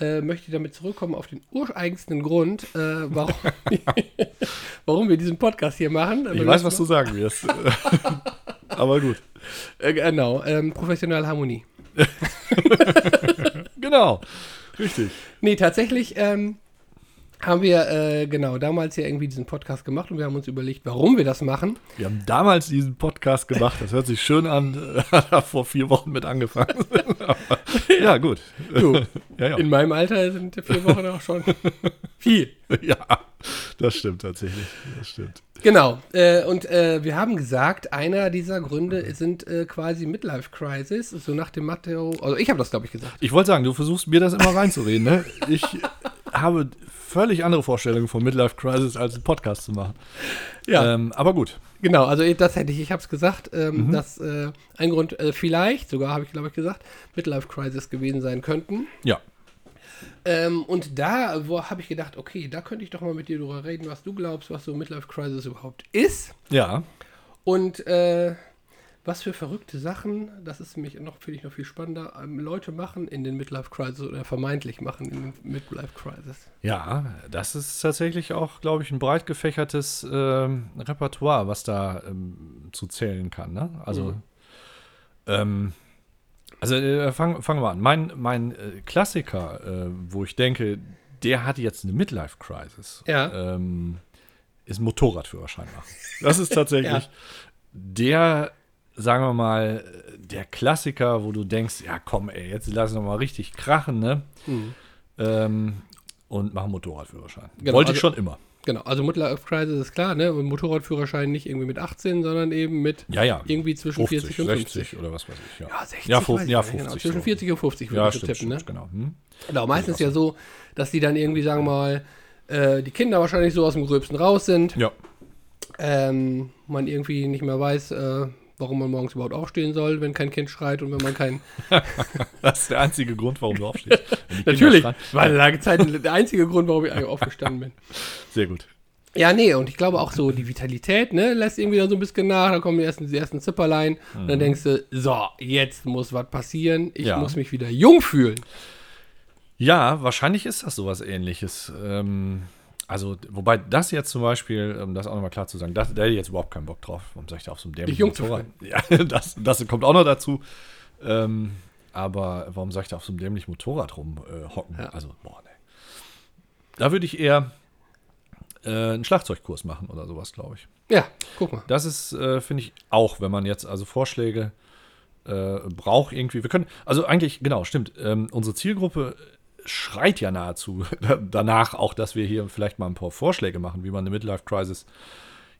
Speaker 2: äh, möchte ich damit zurückkommen auf den ureigensten Grund, äh, warum, warum wir diesen Podcast hier machen.
Speaker 1: Ich weiß, was du sagen wirst. Aber gut.
Speaker 2: Äh, genau, ähm, professionelle Harmonie.
Speaker 1: Genau. Richtig.
Speaker 2: Nee, tatsächlich ähm, haben wir äh, genau damals ja irgendwie diesen Podcast gemacht und wir haben uns überlegt, warum wir das machen.
Speaker 1: Wir haben damals diesen Podcast gemacht. Das hört sich schön an. Vor vier Wochen mit angefangen. ja, gut.
Speaker 2: Du,
Speaker 1: Ja, ja.
Speaker 2: in meinem Alter sind vier Wochen auch schon viel.
Speaker 1: Ja, das stimmt tatsächlich. Das stimmt.
Speaker 2: Genau. Äh, und äh, wir haben gesagt, einer dieser Gründe sind äh, quasi Midlife Crisis, so nach dem Motto. Also ich habe das, glaube ich, gesagt.
Speaker 1: Ich wollte sagen, du versuchst mir das immer reinzureden, ne? Ich habe völlig andere Vorstellungen von Midlife Crisis als einen Podcast zu machen.
Speaker 2: Ja.
Speaker 1: Ähm, aber gut.
Speaker 2: Genau. Also eh, das hätte ich. Ich habe es gesagt, ähm, dass äh, ein Grund äh, vielleicht, sogar habe ich, glaube ich, gesagt, Midlife Crisis gewesen sein könnten.
Speaker 1: Ja.
Speaker 2: Ähm, und da wo habe ich gedacht, okay, da könnte ich doch mal mit dir drüber reden, was du glaubst, was so Midlife Crisis überhaupt ist.
Speaker 1: Ja.
Speaker 2: Und äh, was für verrückte Sachen, das ist nämlich noch, finde ich noch viel spannender, ähm, Leute machen in den Midlife Crisis oder vermeintlich machen in den Midlife Crisis.
Speaker 1: Ja, das ist tatsächlich auch, glaube ich, ein breit gefächertes ähm, Repertoire, was da ähm, zu zählen kann. Ne? Also,
Speaker 2: Mhm.
Speaker 1: ähm, also äh, fangen fangen wir an. Mein, mein äh, Klassiker, äh, wo ich denke, der hat jetzt eine Midlife-Crisis,
Speaker 2: Ja.
Speaker 1: ähm, ist Motorradführerschein machen. Das ist tatsächlich
Speaker 2: Ja.
Speaker 1: der, sagen wir mal, der Klassiker, wo du denkst, ja komm, ey, jetzt lass noch mal richtig krachen, ne?
Speaker 2: Hm.
Speaker 1: ähm, und machen Motorradführerschein.
Speaker 2: Genau,
Speaker 1: Wollte ich
Speaker 2: also-
Speaker 1: schon immer.
Speaker 2: Genau, also Midlife Crisis ist klar, ne? Und Motorradführerschein nicht irgendwie mit 18, sondern eben mit
Speaker 1: Ja, ja.
Speaker 2: irgendwie zwischen 40 und
Speaker 1: 60
Speaker 2: 50.
Speaker 1: oder was weiß ich. Ja,
Speaker 2: Ja, 60
Speaker 1: ja,
Speaker 2: weiß
Speaker 1: 50,
Speaker 2: ich
Speaker 1: ja
Speaker 2: nicht,
Speaker 1: 50.
Speaker 2: Genau. Zwischen
Speaker 1: so.
Speaker 2: 40 und 50 würde
Speaker 1: ja,
Speaker 2: ich so
Speaker 1: stimmt,
Speaker 2: tippen, ne?
Speaker 1: stimmt, genau. Hm?
Speaker 2: Genau, meistens ja so, dass die dann irgendwie, sagen wir mal, äh, die Kinder wahrscheinlich so aus dem Gröbsten raus sind,
Speaker 1: Ja.
Speaker 2: ähm, man irgendwie nicht mehr weiß, äh, warum man morgens überhaupt aufstehen soll, wenn kein Kind schreit und wenn man kein...
Speaker 1: Das ist der einzige Grund, warum du aufstehst. Wenn die Kinder
Speaker 2: Natürlich,
Speaker 1: schreien.
Speaker 2: war lange Zeit der einzige Grund, warum ich eigentlich aufgestanden bin.
Speaker 1: Sehr gut.
Speaker 2: Ja, nee, und ich glaube auch so, die Vitalität, ne, lässt irgendwie dann so ein bisschen nach, dann kommen die ersten, die ersten Zipperlein und dann denkst du, so, jetzt muss was passieren, ich
Speaker 1: Ja.
Speaker 2: muss mich wieder jung fühlen.
Speaker 1: Ja, wahrscheinlich ist das sowas ähnliches. Ähm, also, wobei das jetzt zum Beispiel, um das auch nochmal klar zu sagen, das, da hätte ich jetzt überhaupt keinen Bock drauf. Warum soll ich da auf so einem dämlichen
Speaker 2: jung zu
Speaker 1: Motorrad? Ja, das, das kommt auch noch dazu. Ähm, aber warum soll ich da auf so einem dämlichen Motorrad rumhocken? Äh, hocken?
Speaker 2: Ja.
Speaker 1: Also, boah, ne. Da würde ich eher äh, einen Schlagzeugkurs machen oder sowas, glaube ich.
Speaker 2: Ja, guck mal.
Speaker 1: Das ist, äh, finde ich, auch, wenn man jetzt also Vorschläge äh, braucht irgendwie. Wir können, also eigentlich, genau, stimmt. Ähm, unsere Zielgruppe schreit ja nahezu danach auch, dass wir hier vielleicht mal ein paar Vorschläge machen, wie man eine Midlife-Crisis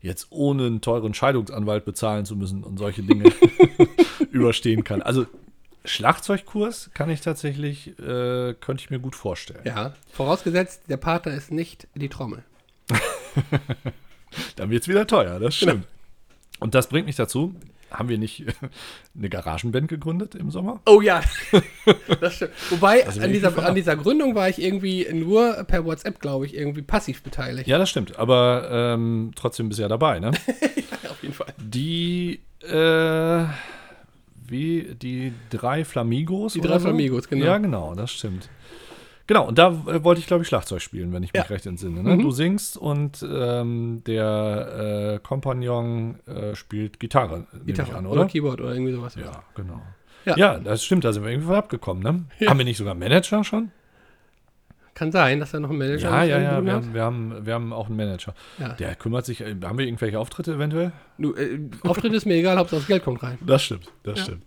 Speaker 1: jetzt ohne einen teuren Scheidungsanwalt bezahlen zu müssen und solche Dinge überstehen kann. Also Schlagzeugkurs kann ich tatsächlich, äh, könnte ich mir gut vorstellen.
Speaker 2: Ja, vorausgesetzt, der Partner ist nicht die Trommel.
Speaker 1: Dann wird es wieder teuer, das
Speaker 2: Genau.
Speaker 1: stimmt. Und das bringt mich dazu, haben wir nicht eine Garagenband gegründet im Sommer?
Speaker 2: Oh ja, das stimmt. Wobei,
Speaker 1: Also, wenn
Speaker 2: an,
Speaker 1: ich
Speaker 2: dieser,
Speaker 1: davon
Speaker 2: an dieser Gründung war ich irgendwie nur per WhatsApp, glaube ich, irgendwie passiv beteiligt.
Speaker 1: Ja, das stimmt, aber ähm, trotzdem bist du ja dabei, ne?
Speaker 2: auf jeden Fall.
Speaker 1: Die, äh, wie, die drei Flamigos?
Speaker 2: Die
Speaker 1: oder
Speaker 2: drei Flamigos, genau.
Speaker 1: Ja, genau, das stimmt. Genau, und da äh, wollte ich, glaube ich, Schlagzeug spielen, wenn ich mich
Speaker 2: Ja. Mhm.
Speaker 1: recht entsinne. Ne? Du singst und ähm, der äh, Kompagnon äh, spielt Gitarre, nehme ich
Speaker 2: Gitarre
Speaker 1: an,
Speaker 2: oder
Speaker 1: oder?
Speaker 2: Keyboard oder irgendwie sowas.
Speaker 1: Ja, genau. Ja.
Speaker 2: Ja.
Speaker 1: das stimmt, da sind wir irgendwie von abgekommen, ne?
Speaker 2: Ja.
Speaker 1: Haben wir nicht sogar einen Manager schon?
Speaker 2: Kann sein, dass da noch ein Manager
Speaker 1: Ja,
Speaker 2: mit
Speaker 1: ja,
Speaker 2: drin
Speaker 1: ja, wir
Speaker 2: hat.
Speaker 1: haben, wir, haben, wir haben auch einen Manager.
Speaker 2: Ja.
Speaker 1: Der kümmert sich, äh, haben wir irgendwelche Auftritte eventuell?
Speaker 2: Du, äh, Auftritt ist mir egal, Hauptsache das Geld kommt rein.
Speaker 1: Das stimmt, das stimmt.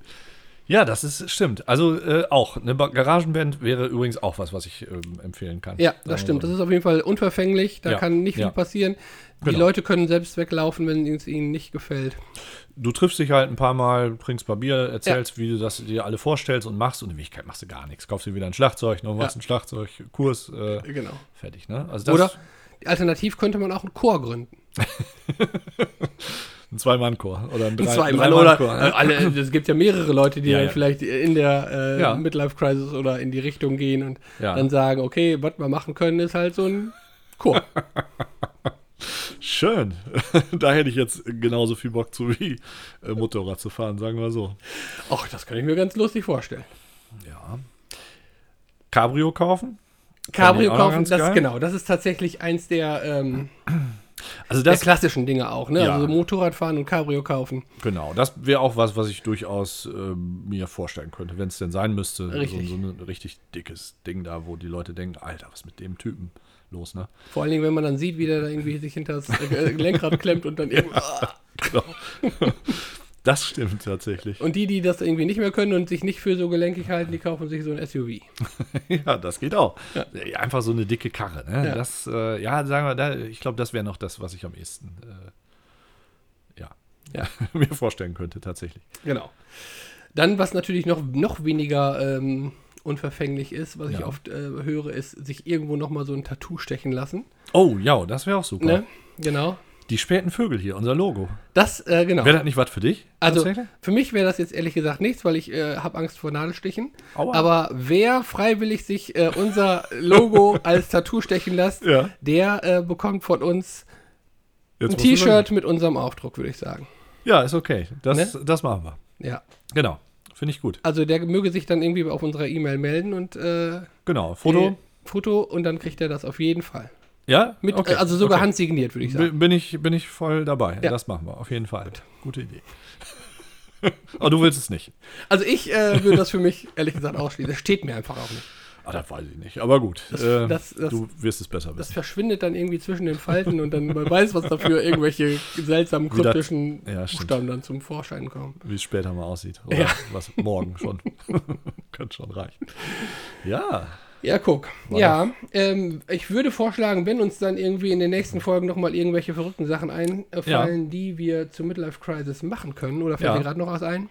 Speaker 1: Ja, das ist stimmt. Also äh, auch eine Ba- Garagenband wäre übrigens auch was, was ich ähm, empfehlen kann.
Speaker 2: Ja,
Speaker 1: Sagen wir
Speaker 2: das stimmt.
Speaker 1: so.
Speaker 2: Das ist auf jeden Fall unverfänglich. Da
Speaker 1: genau. Ja,
Speaker 2: kann nicht viel
Speaker 1: ja.
Speaker 2: passieren. Die
Speaker 1: Genau.
Speaker 2: Leute können selbst weglaufen, wenn es ihnen nicht gefällt.
Speaker 1: Du triffst dich halt ein paar Mal, trinkst ein paar Bier, erzählst, wie du das dir alle vorstellst und machst und in Wirklichkeit machst du gar nichts. Kaufst dir wieder ein Schlagzeug, noch was,
Speaker 2: Ja.
Speaker 1: ein Schlagzeugkurs, äh,
Speaker 2: Genau.
Speaker 1: fertig. Ne? Also das
Speaker 2: Oder alternativ könnte man auch einen Chor gründen.
Speaker 1: ein Zwei-Mann-Chor oder ein, Drei,
Speaker 2: Ein Zweimal
Speaker 1: Drei-Mann-Chor,
Speaker 2: oder
Speaker 1: ne?
Speaker 2: äh, alle, es gibt ja mehrere Leute, die
Speaker 1: Ja,
Speaker 2: dann
Speaker 1: ja.
Speaker 2: vielleicht in der äh,
Speaker 1: Ja.
Speaker 2: Midlife Crisis oder in die Richtung gehen und
Speaker 1: Ja.
Speaker 2: dann sagen, okay, was wir machen können, ist halt so ein Chor.
Speaker 1: Schön. da hätte ich jetzt genauso viel Bock zu wie äh, Motorrad zu fahren, sagen wir so.
Speaker 2: Ach, das kann ich mir ganz lustig vorstellen.
Speaker 1: Ja. Cabrio kaufen? ich
Speaker 2: Cabrio
Speaker 1: auch noch
Speaker 2: kaufen,
Speaker 1: ganz
Speaker 2: das
Speaker 1: geil.
Speaker 2: genau, das ist tatsächlich eins der, ähm,
Speaker 1: Also
Speaker 2: der
Speaker 1: das
Speaker 2: klassischen Dinge auch, ne?
Speaker 1: Ja.
Speaker 2: Also Motorradfahren und Cabrio kaufen.
Speaker 1: Genau, das wäre auch was, was ich durchaus ähm, mir vorstellen könnte, wenn es denn sein müsste.
Speaker 2: Richtig.
Speaker 1: So, so ein richtig dickes Ding da, wo die Leute denken, Alter, was ist mit dem Typen los, ne?
Speaker 2: Vor allen Dingen, wenn man dann sieht, wie der da irgendwie sich hinter das äh, Lenkrad klemmt und dann eben.
Speaker 1: Genau. das stimmt tatsächlich.
Speaker 2: Und die, die das irgendwie nicht mehr können und sich nicht für so gelenkig halten, die kaufen sich so ein SUV.
Speaker 1: ja, das geht auch. Einfach so eine dicke Karre, ne?
Speaker 2: Ja.
Speaker 1: Das, äh, ja, sagen wir, da, ich glaube, das wäre noch das, was ich am ehesten, äh, ja,
Speaker 2: Ja.
Speaker 1: mir vorstellen könnte tatsächlich.
Speaker 2: Genau. Dann, was natürlich noch, noch weniger ähm, unverfänglich ist, was ich
Speaker 1: Ja.
Speaker 2: oft äh, höre, ist, sich irgendwo nochmal so ein Tattoo stechen lassen.
Speaker 1: Oh, ja, das wäre auch super.
Speaker 2: Ne? Genau.
Speaker 1: Die späten Vögel hier, unser Logo.
Speaker 2: Das, äh, genau.
Speaker 1: Wäre das nicht was für dich?
Speaker 2: Also
Speaker 1: tatsächlich?
Speaker 2: für mich wäre das jetzt ehrlich gesagt nichts, weil ich äh, habe Angst vor Nadelstichen.
Speaker 1: Aua.
Speaker 2: Aber wer freiwillig sich äh, unser Logo als Tattoo stechen lässt,
Speaker 1: Ja.
Speaker 2: der äh, bekommt von uns
Speaker 1: Jetzt
Speaker 2: ein
Speaker 1: musst du
Speaker 2: T-Shirt Ne? mit unserem Aufdruck, würde ich sagen.
Speaker 1: Ja, ist okay. Das, das machen wir.
Speaker 2: Ja.
Speaker 1: Genau. Finde ich gut.
Speaker 2: Also der möge sich dann irgendwie auf unserer E-Mail melden und äh,
Speaker 1: Genau. Foto.
Speaker 2: die- Foto und dann kriegt er das auf jeden Fall.
Speaker 1: ja?
Speaker 2: Mit,
Speaker 1: Okay,
Speaker 2: äh, also sogar
Speaker 1: okay.
Speaker 2: handsigniert, würde ich sagen.
Speaker 1: Bin- Bin ich, bin ich voll dabei.
Speaker 2: Ja.
Speaker 1: Das machen wir, auf jeden Fall. Gute Idee. Aber du willst es nicht.
Speaker 2: Also ich äh, würde das für mich ehrlich gesagt ausschließen. Das steht mir einfach auch nicht.
Speaker 1: Ah, das weiß ich nicht. Aber gut. äh,
Speaker 2: das- das-
Speaker 1: du wirst es besser
Speaker 2: Das
Speaker 1: wissen.
Speaker 2: verschwindet dann irgendwie zwischen den Falten und dann man weiß, was dafür irgendwelche seltsamen
Speaker 1: Wie das-
Speaker 2: kryptischen
Speaker 1: ja, stimmt.
Speaker 2: Buchstaben dann zum Vorschein kommen.
Speaker 1: Wie es später mal aussieht. Oder
Speaker 2: Ja.
Speaker 1: was morgen schon. Könnte schon reichen. Ja.
Speaker 2: Ja, guck.
Speaker 1: War
Speaker 2: ja, ähm, ich würde vorschlagen, wenn uns dann irgendwie in den nächsten Folgen nochmal irgendwelche verrückten Sachen einfallen, die wir zur Midlife Crisis machen können, oder fällt
Speaker 1: Ja.
Speaker 2: dir gerade noch was ein?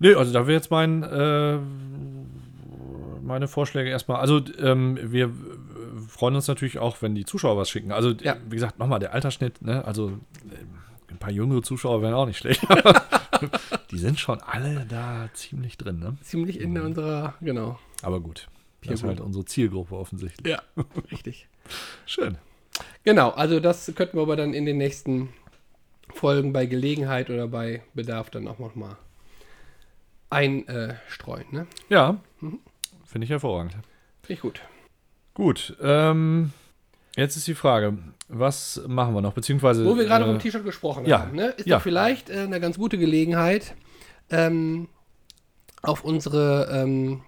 Speaker 1: Nee, also da wäre jetzt mein, äh, meine Vorschläge erstmal. Also ähm, wir freuen uns natürlich auch, wenn die Zuschauer was schicken. Also,
Speaker 2: Ja.
Speaker 1: wie gesagt, nochmal der Altersschnitt, ne? Also, äh, ein paar jüngere Zuschauer wären auch nicht schlecht. die sind schon alle da ziemlich drin, ne?
Speaker 2: Ziemlich in unserer, genau.
Speaker 1: Aber gut.
Speaker 2: Ja,
Speaker 1: Das ist
Speaker 2: gut.
Speaker 1: halt unsere Zielgruppe offensichtlich.
Speaker 2: Ja, richtig.
Speaker 1: Schön.
Speaker 2: Genau, also das könnten wir aber dann in den nächsten Folgen bei Gelegenheit oder bei Bedarf dann auch nochmal einstreuen. Ne?
Speaker 1: Ja, finde ich hervorragend.
Speaker 2: Finde ich gut.
Speaker 1: Gut, ähm, jetzt ist die Frage, was machen wir noch? Beziehungsweise.
Speaker 2: Wo wir gerade
Speaker 1: äh,
Speaker 2: vom T-Shirt gesprochen
Speaker 1: ja,
Speaker 2: haben, ne? ist
Speaker 1: ja.
Speaker 2: doch vielleicht äh, eine ganz gute Gelegenheit, ähm, auf unsere ähm,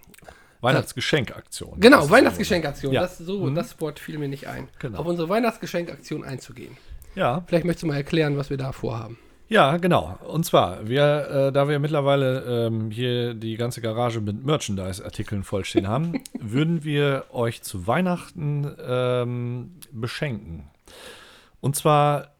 Speaker 1: Weihnachtsgeschenkaktion. Das
Speaker 2: genau
Speaker 1: ist
Speaker 2: Weihnachtsgeschenkaktion,
Speaker 1: Ja. Mhm.
Speaker 2: das so das Wort fiel mir nicht ein,
Speaker 1: Genau.
Speaker 2: auf unsere Weihnachtsgeschenkaktion einzugehen.
Speaker 1: so. Ja,
Speaker 2: Vielleicht möchtest du mal erklären, was wir da vorhaben.
Speaker 1: ja, genau. Und zwar, wir, äh, da wir mittlerweile ähm, hier die ganze Garage mit Merchandise-Artikeln vollstehen haben, würden wir euch zu Weihnachten ähm, beschenken. Und zwar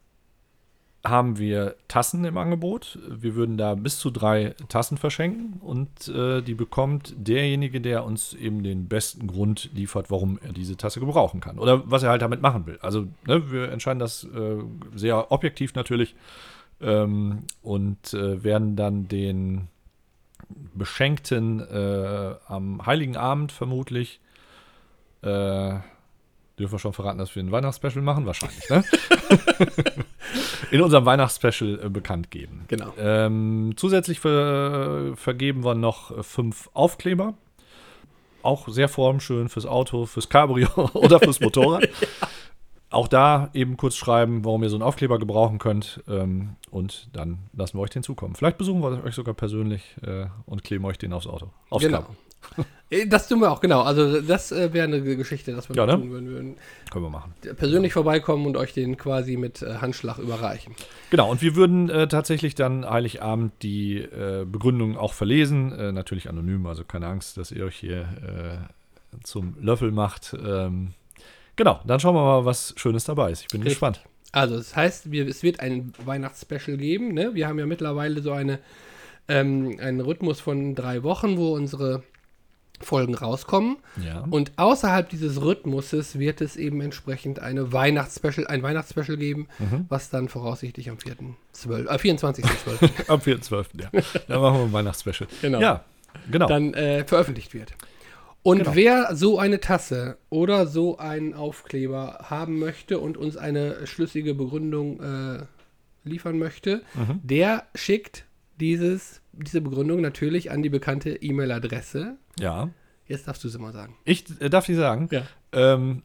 Speaker 1: haben wir Tassen im Angebot. Wir würden da bis zu drei Tassen verschenken und äh, die bekommt derjenige, der uns eben den besten Grund liefert, warum er diese Tasse gebrauchen kann oder was er halt damit machen will. Also ne, wir entscheiden das äh, sehr objektiv natürlich ähm, und äh, werden dann den Beschenkten äh, am Heiligen Abend vermutlich äh, Dürfen wir schon verraten, dass wir ein Weihnachtsspecial machen? Wahrscheinlich, ne? In unserem Weihnachtsspecial äh, bekannt geben.
Speaker 2: Genau.
Speaker 1: Ähm, zusätzlich ver vergeben wir noch äh, fünf Aufkleber. Auch sehr formschön fürs Auto, fürs Cabrio oder fürs Motorrad. Auch da eben kurz schreiben, warum ihr so einen Aufkleber gebrauchen könnt. Ähm, und dann lassen wir euch den zukommen. Vielleicht besuchen wir euch sogar persönlich äh, und kleben euch den aufs Auto. Aufs
Speaker 2: Genau.
Speaker 1: Cabrio.
Speaker 2: Äh, Das tun wir auch, genau. Also das äh, wäre eine Geschichte, dass wir
Speaker 1: Ja,
Speaker 2: das
Speaker 1: ne?
Speaker 2: tun würden. würden
Speaker 1: Können wir machen.
Speaker 2: persönlich vorbeikommen und euch den quasi mit äh, Handschlag überreichen.
Speaker 1: Genau, und wir würden äh, tatsächlich dann Heiligabend die äh, Begründung auch verlesen. Äh, natürlich anonym, also keine Angst, dass ihr euch hier äh, zum Löffel macht. Ähm, genau, dann schauen wir mal, was Schönes dabei ist. Ich bin
Speaker 2: Richtig.
Speaker 1: gespannt.
Speaker 2: Also das heißt, wir, es wird ein Weihnachtsspecial geben. Ne? Wir haben ja mittlerweile so eine, ähm, einen Rhythmus von drei Wochen, wo unsere Folgen rauskommen.
Speaker 1: Ja.
Speaker 2: Und außerhalb dieses Rhythmuses wird es eben entsprechend eine Weihnachtsspecial, ein Weihnachtsspecial geben, was dann voraussichtlich am 4.12., äh, 24.12.
Speaker 1: Am 4.12. Ja. Dann machen wir ein Weihnachtsspecial.
Speaker 2: Genau.
Speaker 1: Ja, genau.
Speaker 2: dann äh, veröffentlicht wird. Und
Speaker 1: Genau.
Speaker 2: wer so eine Tasse oder so einen Aufkleber haben möchte und uns eine schlüssige Begründung äh, liefern möchte, der schickt dieses, diese Begründung natürlich an die bekannte E-Mail-Adresse.
Speaker 1: ja.
Speaker 2: Jetzt darfst du sie mal sagen.
Speaker 1: Ich äh, darf dir sagen,
Speaker 2: Ja.
Speaker 1: ähm,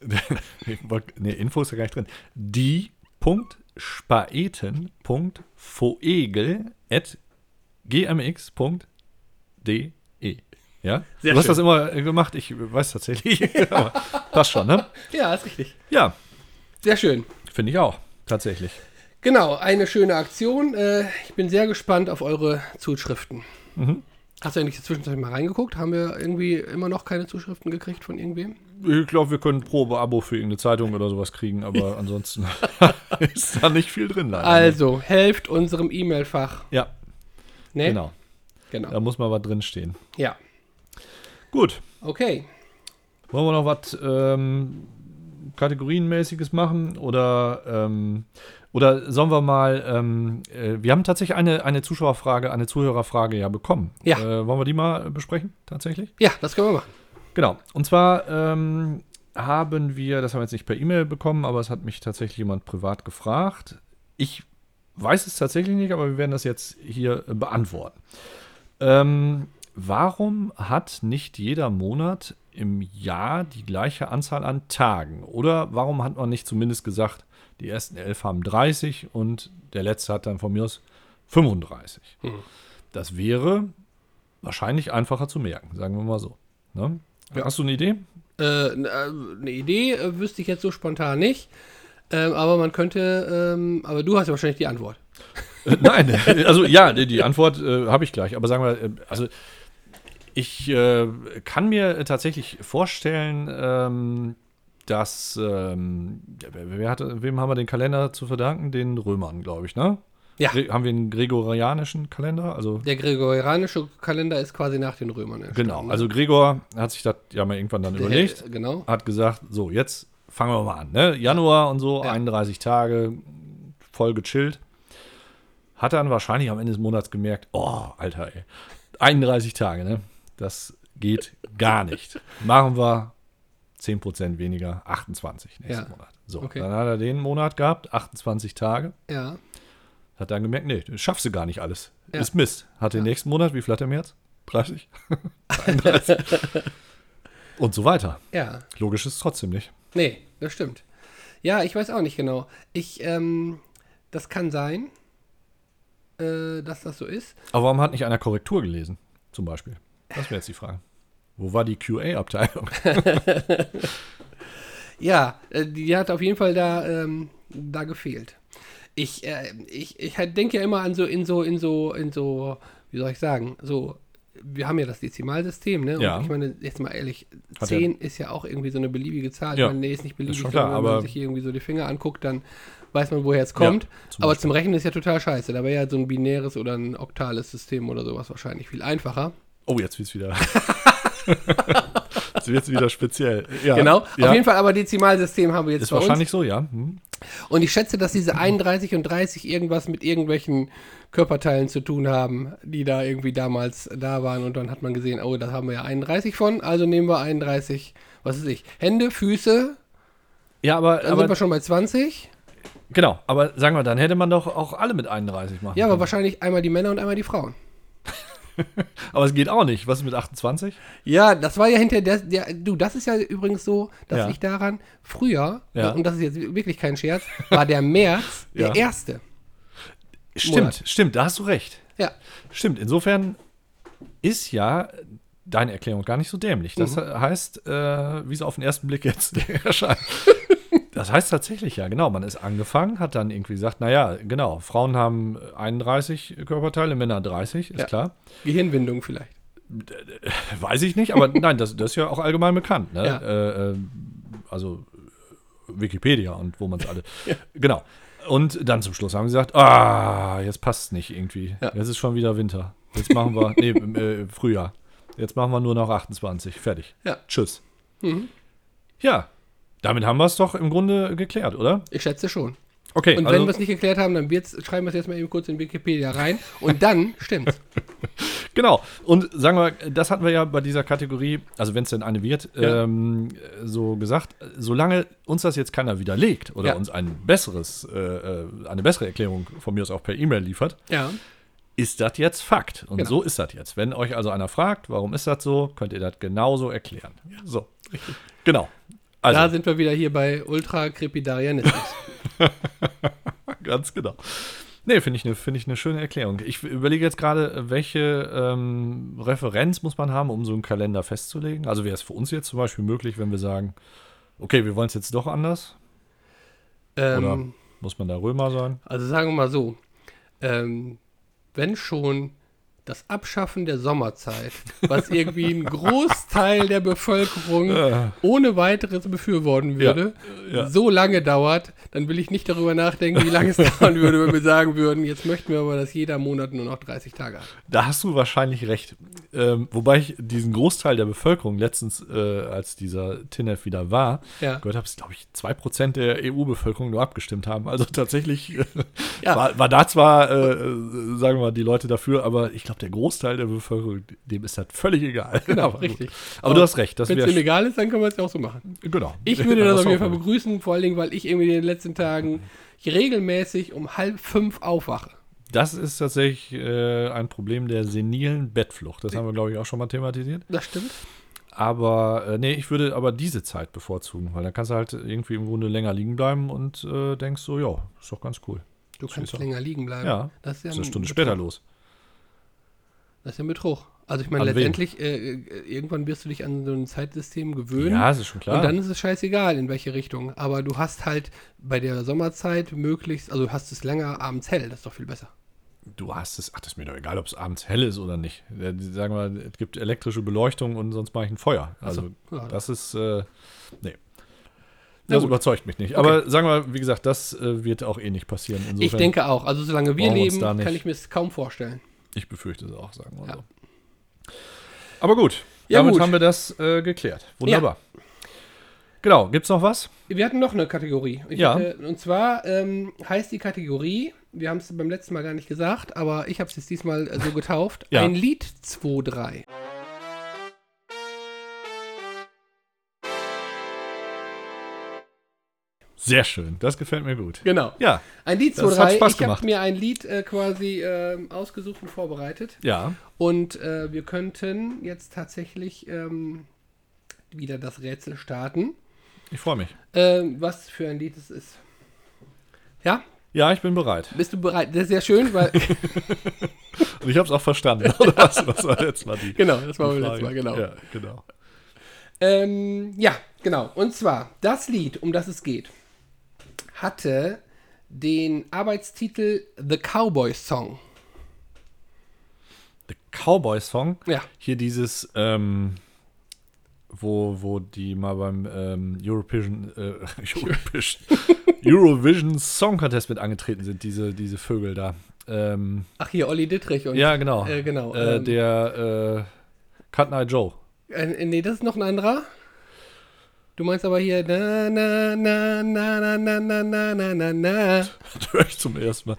Speaker 1: ich wollt- nee, Info ist ja gar nicht drin. Die Punkt E. Ja?
Speaker 2: Sehr
Speaker 1: du hast
Speaker 2: schön.
Speaker 1: das immer äh, gemacht, ich weiß tatsächlich. Aber passt schon, ne?
Speaker 2: Ja, ist richtig.
Speaker 1: Ja,
Speaker 2: Sehr schön.
Speaker 1: finde ich auch, tatsächlich.
Speaker 2: Genau, eine schöne Aktion. Äh, ich bin sehr gespannt auf eure Zuschriften. Mhm. Hast du eigentlich zwischenzeitlich mal reingeguckt? Haben wir irgendwie immer noch keine Zuschriften gekriegt von irgendwem?
Speaker 1: Ich glaube, wir können Probe-Abo für irgendeine Zeitung oder sowas kriegen, aber ansonsten ist da nicht viel drin, leider.
Speaker 2: Also, helft unserem E-Mail-Fach.
Speaker 1: ja,
Speaker 2: Ne?
Speaker 1: genau. Da
Speaker 2: Genau.
Speaker 1: muss mal was drinstehen.
Speaker 2: Ja.
Speaker 1: Gut.
Speaker 2: Okay.
Speaker 1: Wollen wir noch was ähm, Kategorienmäßiges machen? Oder, ähm, oder sollen wir mal, ähm, äh, wir haben tatsächlich eine, eine Zuschauerfrage, eine Zuhörerfrage ja bekommen.
Speaker 2: Ja.
Speaker 1: Äh, wollen wir die mal äh, besprechen, tatsächlich?
Speaker 2: Ja, das können wir machen.
Speaker 1: Genau. Und zwar ähm, haben wir, das haben wir jetzt nicht per E-Mail bekommen, aber es hat mich tatsächlich jemand privat gefragt. Ich weiß es tatsächlich nicht, aber wir werden das jetzt hier äh, beantworten. Ähm, warum hat nicht jeder Monat im Jahr die gleiche Anzahl an Tagen? Oder warum hat man nicht zumindest gesagt, die ersten elf haben 30 und der letzte hat dann von mir aus 35? Das wäre wahrscheinlich einfacher zu merken, sagen wir mal so. Ne? Hast du eine Idee?
Speaker 2: Äh, n- äh, eine Idee äh, wüsste ich jetzt so spontan nicht. Ähm, aber man könnte, ähm, aber du hast ja wahrscheinlich die Antwort.
Speaker 1: Äh, Nein, also ja, die, die Antwort äh, habe ich gleich. Aber sagen wir, äh, also ich äh, kann mir tatsächlich vorstellen, ähm, dass ähm, ja, wer wer hatte, wem haben wir den Kalender zu verdanken? Den Römern, glaube ich, ne?
Speaker 2: Ja.
Speaker 1: Gre- haben wir einen gregorianischen Kalender? Also
Speaker 2: Der gregorianische Kalender ist quasi nach den Römern entstanden.
Speaker 1: genau.
Speaker 2: ne?
Speaker 1: Also Gregor hat sich das ja mal irgendwann dann
Speaker 2: Der-
Speaker 1: überlegt,
Speaker 2: Genau.
Speaker 1: hat gesagt, so jetzt fangen wir mal an, ne? Januar und so,
Speaker 2: Ja.
Speaker 1: 31 Tage, voll gechillt. Hat dann wahrscheinlich am Ende des Monats gemerkt, oh, Alter, ey, 31 Tage, ne? Das geht gar nicht. Machen wir 10% weniger, 28 nächsten
Speaker 2: Ja.
Speaker 1: Monat. So,
Speaker 2: Okay.
Speaker 1: dann hat er den Monat gehabt, 28 Tage.
Speaker 2: Ja.
Speaker 1: Hat dann gemerkt, nee, das schaffst du gar nicht alles.
Speaker 2: Ja.
Speaker 1: Ist Mist. Hat den nächsten Monat, wie viel hat er im März? 30? 31. Und so weiter.
Speaker 2: Ja.
Speaker 1: Logisch ist es trotzdem nicht.
Speaker 2: Nee, das stimmt. Ja, ich weiß auch nicht genau. Ich, ähm, das kann sein, äh, dass das so ist.
Speaker 1: Aber warum hat nicht einer Korrektur gelesen, zum Beispiel? Das wäre jetzt die Frage. Wo war die QA-Abteilung?
Speaker 2: Ja, äh, die hat auf jeden Fall da, ähm, da gefehlt. Ich, äh, ich, ich halt denke ja immer an so, in so, in so, in so, wie soll ich sagen, so, wir haben ja das Dezimalsystem, ne? Und
Speaker 1: Ja.
Speaker 2: ich meine, jetzt mal ehrlich,
Speaker 1: Hat ja-
Speaker 2: 10 ist ja auch irgendwie so eine beliebige Zahl.
Speaker 1: Ja.
Speaker 2: Ich meine, nee, ist nicht beliebig,
Speaker 1: schon
Speaker 2: sondern
Speaker 1: klar,
Speaker 2: wenn
Speaker 1: aber-
Speaker 2: man sich hier irgendwie so die Finger anguckt, dann weiß man, woher es kommt.
Speaker 1: zum
Speaker 2: aber
Speaker 1: Beispiel.
Speaker 2: zum Rechnen ist ja total scheiße. Da wäre ja so ein binäres oder ein oktales System oder sowas wahrscheinlich viel einfacher.
Speaker 1: Oh, jetzt wird's wieder. jetzt wird's wieder speziell. Ja,
Speaker 2: genau.
Speaker 1: Ja,
Speaker 2: Auf jeden Fall, aber Dezimalsystem haben wir jetzt
Speaker 1: ist
Speaker 2: bei uns.
Speaker 1: wahrscheinlich so, ja. Hm.
Speaker 2: Und ich schätze, dass diese 31 und 30 irgendwas mit irgendwelchen Körperteilen zu tun haben, die da irgendwie damals da waren. Und dann hat man gesehen, oh, da haben wir ja 31 von, also nehmen wir 31, was weiß ich, Hände, Füße,
Speaker 1: Ja, aber,
Speaker 2: dann sind wir
Speaker 1: aber
Speaker 2: schon bei 20.
Speaker 1: genau. Aber sagen wir, dann hätte man doch auch alle mit 31 machen.
Speaker 2: Ja, aber
Speaker 1: können.
Speaker 2: wahrscheinlich einmal die Männer und einmal die Frauen.
Speaker 1: aber es geht auch nicht. Was ist mit 28?
Speaker 2: Ja, das war ja hinter der, der du, das ist ja übrigens so, dass
Speaker 1: Ja.
Speaker 2: ich daran früher,
Speaker 1: Ja.
Speaker 2: und das ist jetzt wirklich kein Scherz, war der März
Speaker 1: Ja.
Speaker 2: der erste.
Speaker 1: Stimmt,
Speaker 2: Monat.
Speaker 1: stimmt. Da hast du recht.
Speaker 2: Ja,
Speaker 1: Stimmt, insofern ist ja deine Erklärung gar nicht so dämlich. Das heißt, äh, wie es auf den ersten Blick jetzt erscheint. Das heißt tatsächlich ja, genau. Man ist angefangen, hat dann irgendwie gesagt, naja, genau, Frauen haben 31 Körperteile, Männer 30, ist
Speaker 2: Ja.
Speaker 1: klar.
Speaker 2: Gehirnwindung vielleicht.
Speaker 1: Weiß ich nicht, aber nein, das, das ist ja auch allgemein bekannt. Ne?
Speaker 2: Ja.
Speaker 1: Äh, äh, also äh, Wikipedia und wo man es alle. Genau. Und dann zum Schluss haben sie gesagt, ah, jetzt passt es nicht irgendwie.
Speaker 2: Ja.
Speaker 1: Jetzt ist schon wieder Winter. Jetzt machen wir, nee, im, äh, Frühjahr. Jetzt machen wir nur noch 28. Fertig.
Speaker 2: Ja.
Speaker 1: Tschüss.
Speaker 2: Mhm.
Speaker 1: Ja, damit haben wir es doch im Grunde geklärt, oder?
Speaker 2: Ich schätze schon.
Speaker 1: Okay,
Speaker 2: Und wenn
Speaker 1: also,
Speaker 2: wir es nicht geklärt haben, dann wird's, schreiben wir es jetzt mal eben kurz in Wikipedia rein. Und dann stimmt's.
Speaker 1: genau. Und sagen wir, das hatten wir ja bei dieser Kategorie, also wenn es denn eine wird,
Speaker 2: Ja.
Speaker 1: ähm, so gesagt, solange uns das jetzt keiner widerlegt oder
Speaker 2: Ja.
Speaker 1: uns ein besseres, äh, äh, eine bessere Erklärung von mir aus auch per E-Mail liefert,
Speaker 2: Ja.
Speaker 1: ist das jetzt Fakt. Und
Speaker 2: Genau.
Speaker 1: so ist das jetzt. Wenn euch also einer fragt, warum ist das so, könnt ihr das genauso erklären. So. Genau. Also,
Speaker 2: da sind wir wieder hier bei Ultra Crepidarianismus.
Speaker 1: ganz genau. Nee, finde ich eine find ich eine schöne Erklärung. Ich überlege jetzt gerade, welche ähm, Referenz muss man haben, um so einen Kalender festzulegen. Also wäre es für uns jetzt zum Beispiel möglich, wenn wir sagen, okay, wir wollen es jetzt doch anders.
Speaker 2: ähm,
Speaker 1: Muss man da Römer sein?
Speaker 2: also sagen wir mal so, ähm, wenn schon das Abschaffen der Sommerzeit, was irgendwie ein Großteil der Bevölkerung ohne weiteres befürworten würde,
Speaker 1: ja.
Speaker 2: so lange dauert, dann will ich nicht darüber nachdenken, wie lange es dauern würde, wenn wir sagen würden, jetzt möchten wir aber, dass jeder Monat nur noch 30 Tage hat.
Speaker 1: Da hast du wahrscheinlich recht. Ähm, wobei ich diesen Großteil der Bevölkerung letztens, äh, als dieser TINEF wieder war,
Speaker 2: Ja.
Speaker 1: gehört habe, dass, glaube ich, 2% der EU-Bevölkerung nur abgestimmt haben. Also tatsächlich äh,
Speaker 2: Ja.
Speaker 1: war, war da zwar, äh, äh, sagen wir mal, die Leute dafür, aber ich glaube, der Großteil der Bevölkerung, dem ist das völlig egal.
Speaker 2: Genau,
Speaker 1: aber,
Speaker 2: richtig.
Speaker 1: Aber du hast recht, das
Speaker 2: Wenn es
Speaker 1: wäre.
Speaker 2: illegal ist, dann können wir es ja auch so machen.
Speaker 1: Genau.
Speaker 2: Ich würde das auf jeden Fall
Speaker 1: auch-
Speaker 2: begrüßen, vor allen Dingen, weil ich irgendwie in den letzten Tagen regelmäßig um halb fünf aufwache.
Speaker 1: Das ist tatsächlich äh, ein Problem der senilen Bettflucht. Das haben wir, glaube ich, auch schon mal thematisiert.
Speaker 2: Das stimmt.
Speaker 1: Aber äh, nee, ich würde aber diese Zeit bevorzugen, weil dann kannst du halt irgendwie im Grunde länger liegen bleiben und äh, denkst so, ja, ist doch ganz cool.
Speaker 2: Du
Speaker 1: Das
Speaker 2: kannst
Speaker 1: ist auch-
Speaker 2: länger liegen bleiben.
Speaker 1: Ja,
Speaker 2: das ist ja
Speaker 1: Ist eine
Speaker 2: ein
Speaker 1: Stunde
Speaker 2: Betrug.
Speaker 1: später los.
Speaker 2: Das ist ja ein Betrug. Also ich meine,
Speaker 1: An wen?
Speaker 2: letztendlich, äh, äh, irgendwann wirst du dich an so ein Zeitsystem gewöhnen.
Speaker 1: Ja, das ist schon klar.
Speaker 2: Und dann ist es scheißegal, in welche Richtung. Aber du hast halt bei der Sommerzeit möglichst, also du hast es länger abends hell, das ist doch viel besser.
Speaker 1: Du hast es, ach, das ist mir doch egal, ob es abends hell ist oder nicht. Äh, die Sagen wir, es gibt elektrische Beleuchtung und sonst mache ich ein Feuer. Also,
Speaker 2: so, ja.
Speaker 1: das ist, äh, nee. Das überzeugt mich nicht. Aber sagen wir, wie gesagt, das äh, wird auch eh nicht passieren. Insofern,
Speaker 2: ich denke auch. Also solange wir
Speaker 1: brauchen wir uns
Speaker 2: leben,
Speaker 1: da nicht-
Speaker 2: kann ich mir es kaum vorstellen.
Speaker 1: ich befürchte es auch, sagen wir
Speaker 2: Ja.
Speaker 1: so. Aber gut,
Speaker 2: Ja,
Speaker 1: damit
Speaker 2: gut.
Speaker 1: haben wir das äh, geklärt. Wunderbar. Genau, gibt's noch was?
Speaker 2: Wir hatten noch eine Kategorie. Ich
Speaker 1: Ja.
Speaker 2: hatte, und zwar ähm, heißt die Kategorie, wir haben es beim letzten Mal gar nicht gesagt, aber ich habe es jetzt diesmal äh, so getauft,
Speaker 1: Ja.
Speaker 2: ein Lied 2-3.
Speaker 1: Sehr schön, das gefällt mir gut.
Speaker 2: Genau.
Speaker 1: Ja,
Speaker 2: Ein Lied
Speaker 1: Das hat
Speaker 2: 2-3.
Speaker 1: Spaß
Speaker 2: Ich
Speaker 1: gemacht.
Speaker 2: habe mir ein Lied äh, quasi ähm, ausgesucht und vorbereitet.
Speaker 1: ja.
Speaker 2: Und äh, wir könnten jetzt tatsächlich ähm, wieder das Rätsel starten,
Speaker 1: Ich freue mich.
Speaker 2: ähm, was für ein Lied es ist. Ja,
Speaker 1: Ja, ich bin bereit.
Speaker 2: bist du bereit? Das ist sehr schön, weil.
Speaker 1: Und ich habe es auch verstanden. Oder was, was war jetzt mal die
Speaker 2: genau, das war
Speaker 1: die
Speaker 2: beim
Speaker 1: Frage?
Speaker 2: letzten Mal, genau.
Speaker 1: Ja, genau.
Speaker 2: Ähm, ja, genau. Und zwar, das Lied, um das es geht, hatte den Arbeitstitel The Cowboy Song.
Speaker 1: The Cowboy Song.
Speaker 2: Ja.
Speaker 1: Hier dieses, ähm, wo, wo die mal beim ähm, European, äh, European, Eurovision Song Contest mit angetreten sind, diese, diese Vögel da. Ähm,
Speaker 2: Ach, hier Olli Dittrich und.
Speaker 1: ja, genau.
Speaker 2: äh, genau,
Speaker 1: Äh,
Speaker 2: ähm,
Speaker 1: der äh, Cut Night Joe.
Speaker 2: Äh, nee, das ist noch ein anderer. Du meinst aber hier. Na, na, na, na, na, na, na, na, na, na.
Speaker 1: Das höre ich zum ersten Mal.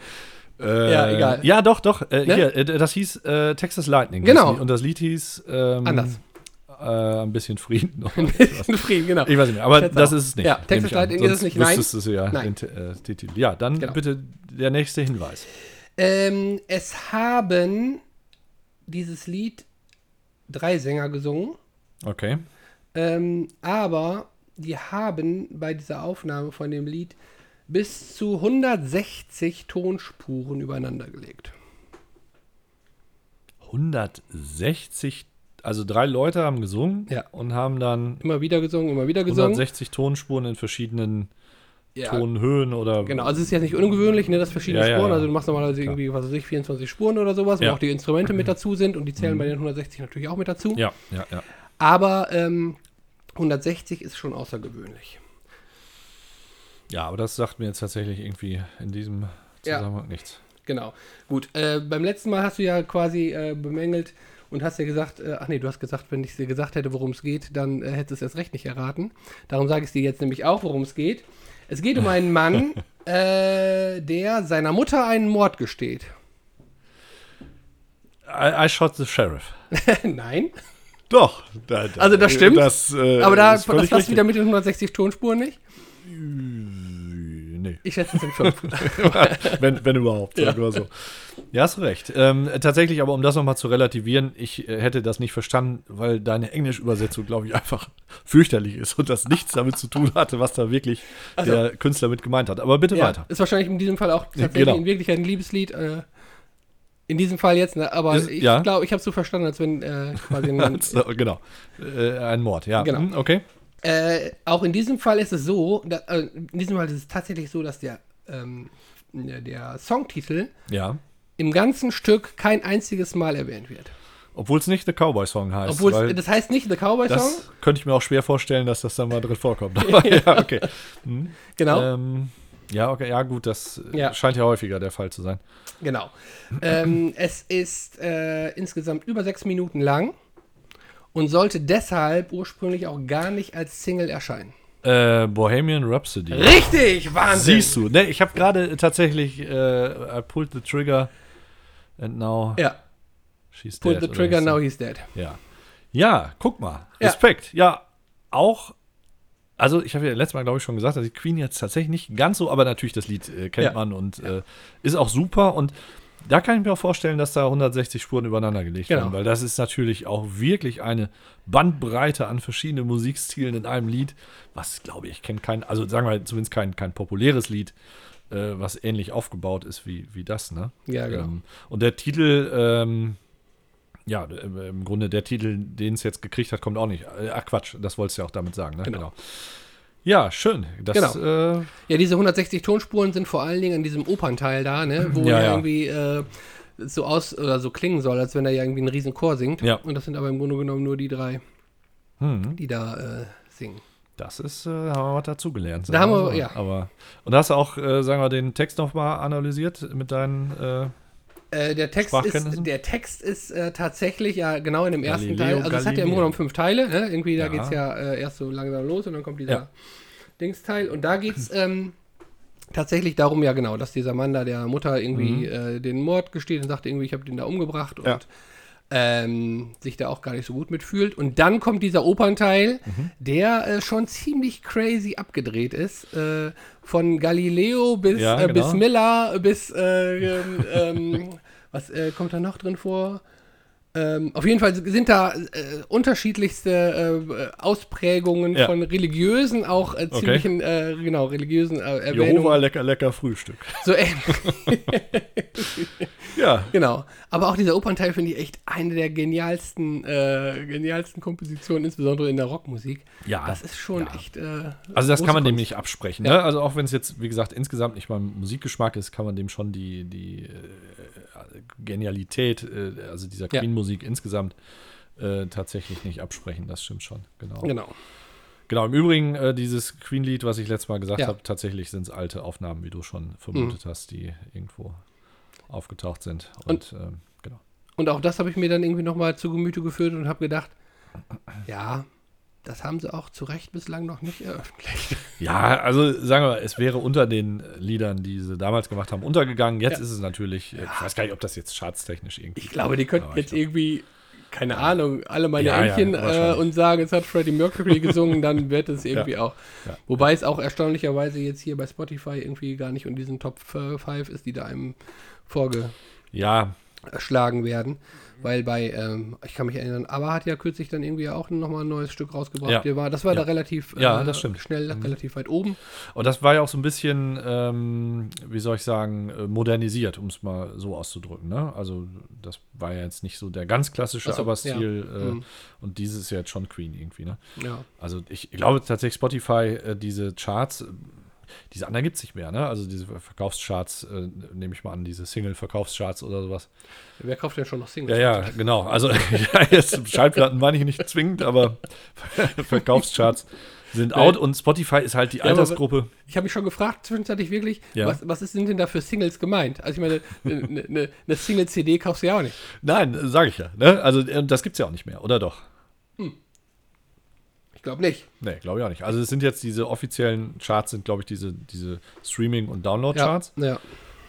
Speaker 1: Äh,
Speaker 2: Ja, egal.
Speaker 1: Ja, doch, doch. Äh,
Speaker 2: Ne?
Speaker 1: hier, äh, das hieß äh, Texas Lightning.
Speaker 2: Genau.
Speaker 1: Das Lied. Und das Lied hieß ähm,
Speaker 2: Anders.
Speaker 1: Äh, ein bisschen Frieden. oder was.
Speaker 2: Frieden, genau.
Speaker 1: ich weiß nicht mehr, aber
Speaker 2: Schätze
Speaker 1: das
Speaker 2: auch.
Speaker 1: ist es nicht.
Speaker 2: Ja,
Speaker 1: nehme
Speaker 2: Texas
Speaker 1: ich an.
Speaker 2: Lightning ist es
Speaker 1: Sonst
Speaker 2: nicht. Nein.
Speaker 1: Wüsstest es ja,
Speaker 2: Nein.
Speaker 1: Den, äh, den Titel. ja, dann
Speaker 2: Genau.
Speaker 1: bitte der nächste Hinweis.
Speaker 2: Ähm, es haben dieses Lied drei Sänger gesungen.
Speaker 1: Okay.
Speaker 2: Ähm, aber die haben bei dieser Aufnahme von dem Lied bis zu 160 Tonspuren übereinander gelegt.
Speaker 1: 160, also drei Leute haben gesungen
Speaker 2: Ja.
Speaker 1: und haben dann
Speaker 2: Immer wieder gesungen, immer wieder gesungen.
Speaker 1: 160 Tonspuren in verschiedenen
Speaker 2: ja,
Speaker 1: Tonhöhen oder
Speaker 2: Genau, also es ist ja nicht ungewöhnlich, ne, dass verschiedene
Speaker 1: Ja, ja,
Speaker 2: Spuren,
Speaker 1: ja.
Speaker 2: also du machst normalerweise irgendwie, was weiß ich, 24 Spuren oder sowas,
Speaker 1: Ja. Mhm.
Speaker 2: wo auch die Instrumente mit dazu sind und die zählen bei den 160 natürlich auch mit dazu.
Speaker 1: Ja, ja, ja.
Speaker 2: Aber ähm, 160 ist schon außergewöhnlich.
Speaker 1: Ja, aber das sagt mir jetzt tatsächlich irgendwie in diesem
Speaker 2: Ja.
Speaker 1: Zusammenhang nichts.
Speaker 2: Genau. Gut, äh, beim letzten Mal hast du ja quasi äh, bemängelt und hast ja gesagt, äh, ach nee, du hast gesagt, wenn ich dir gesagt hätte, worum es geht, dann äh, hättest du es erst recht nicht erraten. Darum sage ich es dir jetzt nämlich auch, worum es geht. Es geht um einen Mann, äh, der seiner Mutter einen Mord gesteht.
Speaker 1: I, I shot the sheriff.
Speaker 2: Nein,
Speaker 1: Doch. da- da-
Speaker 2: Also das stimmt,
Speaker 1: Das, äh,
Speaker 2: aber da,
Speaker 1: ist
Speaker 2: das
Speaker 1: völlig
Speaker 2: passt
Speaker 1: richtig.
Speaker 2: wieder mit den 160 Tonspuren nicht.
Speaker 1: Nee.
Speaker 2: Ich schätze, es sind fünf.
Speaker 1: wenn, wenn überhaupt, sagen wir so. Ja, hast recht. Ähm, tatsächlich, aber um das nochmal zu relativieren, ich äh, hätte das nicht verstanden, weil deine Englischübersetzung, glaube ich, einfach fürchterlich ist und das nichts damit zu tun hatte, was da wirklich der Künstler mit gemeint hat. Aber bitte
Speaker 2: Also ja,
Speaker 1: weiter.
Speaker 2: ist wahrscheinlich in diesem Fall auch tatsächlich
Speaker 1: genau.
Speaker 2: in Wirklichkeit ein Liebeslied. Äh, in diesem Fall jetzt, ne? aber
Speaker 1: Ist-
Speaker 2: ich
Speaker 1: ja.
Speaker 2: glaube, ich habe es so verstanden, als wenn äh, quasi ein,
Speaker 1: So, genau. Äh, ein Mord, ja.
Speaker 2: Genau.
Speaker 1: Hm, Okay.
Speaker 2: Äh, auch in diesem Fall ist es so, da, äh, in diesem Fall ist es tatsächlich so, dass der, ähm, der Songtitel
Speaker 1: Ja.
Speaker 2: im ganzen Stück kein einziges Mal erwähnt wird.
Speaker 1: Obwohl es nicht The Cowboy Song heißt.
Speaker 2: Obwohl,
Speaker 1: weil
Speaker 2: es, das heißt nicht The Cowboy Song,
Speaker 1: das könnte ich mir auch schwer vorstellen, dass das dann mal drin vorkommt. Aber ja, okay.
Speaker 2: genau,
Speaker 1: Ähm, ja, okay, ja, gut, das äh,
Speaker 2: Ja.
Speaker 1: scheint ja häufiger der Fall zu sein.
Speaker 2: genau. Ähm, es ist äh, insgesamt über sechs Minuten lang und sollte deshalb ursprünglich auch gar nicht als Single erscheinen.
Speaker 1: Äh, Bohemian Rhapsody.
Speaker 2: Richtig, Wahnsinn!
Speaker 1: Siehst du, ne, ich habe gerade tatsächlich äh, I pulled the trigger and now
Speaker 2: Ja,
Speaker 1: she's
Speaker 2: pull
Speaker 1: dead.
Speaker 2: the
Speaker 1: oder
Speaker 2: trigger,
Speaker 1: heißt
Speaker 2: now
Speaker 1: sie.
Speaker 2: he's dead.
Speaker 1: Ja. ja, guck mal.
Speaker 2: Ja.
Speaker 1: Respekt. Ja, auch. Also, ich habe ja letztes Mal, glaube ich, schon gesagt, dass die Queen jetzt tatsächlich nicht ganz so, aber natürlich das Lied äh, kennt
Speaker 2: Ja.
Speaker 1: man und äh, ist auch super. Und da kann ich mir auch vorstellen, dass da 160 Spuren übereinander gelegt
Speaker 2: Genau.
Speaker 1: werden, weil das ist natürlich auch wirklich eine Bandbreite an verschiedenen Musikstilen in einem Lied, was, glaube ich, kennt kein, also sagen wir zumindest kein, kein populäres Lied, äh, was ähnlich aufgebaut ist wie, wie das, ne?
Speaker 2: Ja, genau.
Speaker 1: Ähm, und der Titel, ähm, ja, d- im Grunde der Titel, den es jetzt gekriegt hat, kommt auch nicht. Äh, Ach Quatsch, das wolltest du ja auch damit sagen, ne?
Speaker 2: Genau.
Speaker 1: Ja, schön. Das, äh,
Speaker 2: Ja, diese 160 Tonspuren sind vor allen Dingen an diesem Opernteil da, ne? wo
Speaker 1: Ja,
Speaker 2: er
Speaker 1: ja.
Speaker 2: irgendwie äh, so aus oder so klingen soll, als wenn er ja irgendwie einen riesen Chor singt.
Speaker 1: Ja.
Speaker 2: Und das sind aber im Grunde genommen nur die drei,
Speaker 1: hm,
Speaker 2: die da äh, singen.
Speaker 1: Das ist, äh, haben wir was dazugelernt.
Speaker 2: Da haben
Speaker 1: so.
Speaker 2: wir- ja.
Speaker 1: Aber, und hast du auch, äh, sagen wir, den Text nochmal analysiert mit deinen. Äh,
Speaker 2: Äh, der Text
Speaker 1: Sprachkenntnissen?
Speaker 2: ist, der Text ist äh, tatsächlich ja genau in dem ersten
Speaker 1: Galileo
Speaker 2: Teil. Also es hat ja im
Speaker 1: Galilei.
Speaker 2: Grunde genommen fünf Teile. Ne? Irgendwie da
Speaker 1: Ja.
Speaker 2: geht's ja äh, erst so langsam los und dann kommt dieser
Speaker 1: Ja.
Speaker 2: Dingsteil. Und da geht's ähm, tatsächlich darum ja genau, dass dieser Mann da der Mutter irgendwie äh, den Mord gesteht und sagt irgendwie, ich habe den da umgebracht und
Speaker 1: Mhm. Ja.
Speaker 2: ähm, sich da auch gar nicht so gut mitfühlt. Und dann kommt dieser Opernteil,
Speaker 1: Mhm.
Speaker 2: der äh, schon ziemlich crazy abgedreht ist. Äh, von Galileo bis,
Speaker 1: Ja,
Speaker 2: äh,
Speaker 1: genau.
Speaker 2: bis Miller, bis äh, ähm, ähm, was äh, kommt da noch drin vor? Ähm, auf jeden Fall sind da äh, unterschiedlichste äh, Ausprägungen
Speaker 1: Ja.
Speaker 2: von religiösen, auch äh,
Speaker 1: Okay.
Speaker 2: ziemlichen, äh, genau, religiösen äh,
Speaker 1: Jehova,
Speaker 2: Erwähnungen.
Speaker 1: lecker, lecker Frühstück.
Speaker 2: So, äh,
Speaker 1: Ja.
Speaker 2: Genau. Aber auch dieser Opernteil finde ich echt eine der genialsten, äh, genialsten Kompositionen, insbesondere in der Rockmusik.
Speaker 1: Ja.
Speaker 2: Das ist schon
Speaker 1: Ja.
Speaker 2: echt. Äh,
Speaker 1: Also das
Speaker 2: große
Speaker 1: kann man dem
Speaker 2: Kunst.
Speaker 1: nicht absprechen. Ne? Also auch wenn es jetzt, wie gesagt, insgesamt nicht mein Musikgeschmack ist, kann man dem schon die, die äh, Genialität, äh, also dieser
Speaker 2: Ja.
Speaker 1: Queen-Musik insgesamt äh, tatsächlich nicht absprechen. Das stimmt schon. Genau.
Speaker 2: Genau.
Speaker 1: Genau. Im Übrigen, äh, dieses Queen-Lied, was ich letztes Mal gesagt
Speaker 2: Ja. Mhm.
Speaker 1: habe, tatsächlich sind es alte Aufnahmen, wie du schon vermutet hast, die irgendwo aufgetaucht sind. Und, ähm, genau.
Speaker 2: Und auch das habe ich mir dann irgendwie nochmal zu Gemüte geführt und habe gedacht, ja, das haben sie auch zu Recht bislang noch nicht veröffentlicht.
Speaker 1: Ja, also sagen wir mal, es wäre unter den Liedern, die sie damals gemacht haben, untergegangen. Jetzt
Speaker 2: Ja.
Speaker 1: ist es natürlich, äh, ich weiß gar nicht, ob das jetzt chartstechnisch irgendwie
Speaker 2: Ich glaube, die könnten
Speaker 1: Aber ich
Speaker 2: jetzt irgendwie, keine Ahnung, alle meine
Speaker 1: Ja, ja,
Speaker 2: Entchen äh,
Speaker 1: wahrscheinlich.
Speaker 2: und sagen, es hat Freddie Mercury gesungen, dann wird es irgendwie auch.
Speaker 1: Ja.
Speaker 2: Wobei es auch erstaunlicherweise jetzt hier bei Spotify irgendwie gar nicht in diesen Top 5 ist, die da einem vorge
Speaker 1: Ja,
Speaker 2: erschlagen werden. Weil bei, ähm, ich kann mich erinnern, aber hat ja kürzlich dann irgendwie auch nochmal ein neues Stück rausgebracht.
Speaker 1: Ja.
Speaker 2: Der war, das war
Speaker 1: Ja.
Speaker 2: da relativ äh,
Speaker 1: Ja, das stimmt. Mhm.
Speaker 2: schnell, relativ weit oben.
Speaker 1: und das war ja auch so ein bisschen, ähm, wie soll ich sagen, äh, modernisiert, um es mal so auszudrücken. Ne? Also das war ja jetzt nicht so der ganz klassische
Speaker 2: Ach so,
Speaker 1: ABBA-Stil äh,
Speaker 2: Mhm.
Speaker 1: und dieses ist ja jetzt schon Queen irgendwie. Ne?
Speaker 2: Ja.
Speaker 1: Also ich glaube tatsächlich Spotify, äh, diese Charts, äh, diese anderen gibt es nicht mehr. Ne? Also diese Verkaufscharts, äh, nehme ich mal an, diese Single-Verkaufscharts oder sowas.
Speaker 2: Wer kauft denn schon noch
Speaker 1: Ja,
Speaker 2: Singles?
Speaker 1: ja, genau. Also ja, jetzt Schallplatten waren ich nicht zwingend, aber Verkaufscharts sind out und Spotify ist halt die
Speaker 2: aber-
Speaker 1: Altersgruppe.
Speaker 2: Ich habe mich schon gefragt, zwischenzeitlich wirklich,
Speaker 1: Ja.
Speaker 2: was, was ist- sind denn da für Singles gemeint? Also ich meine, eine ne, ne Single-CD kaufst du ja auch nicht.
Speaker 1: Nein, sage ich ja. Ne? Also äh, das gibt's ja auch nicht mehr, oder doch?
Speaker 2: Ich glaube nicht.
Speaker 1: Nee, glaube ich auch nicht. Also es sind jetzt diese offiziellen Charts, sind glaube ich diese, diese Streaming- und
Speaker 2: Ja, Mhm.
Speaker 1: Download-Charts.
Speaker 2: Ja.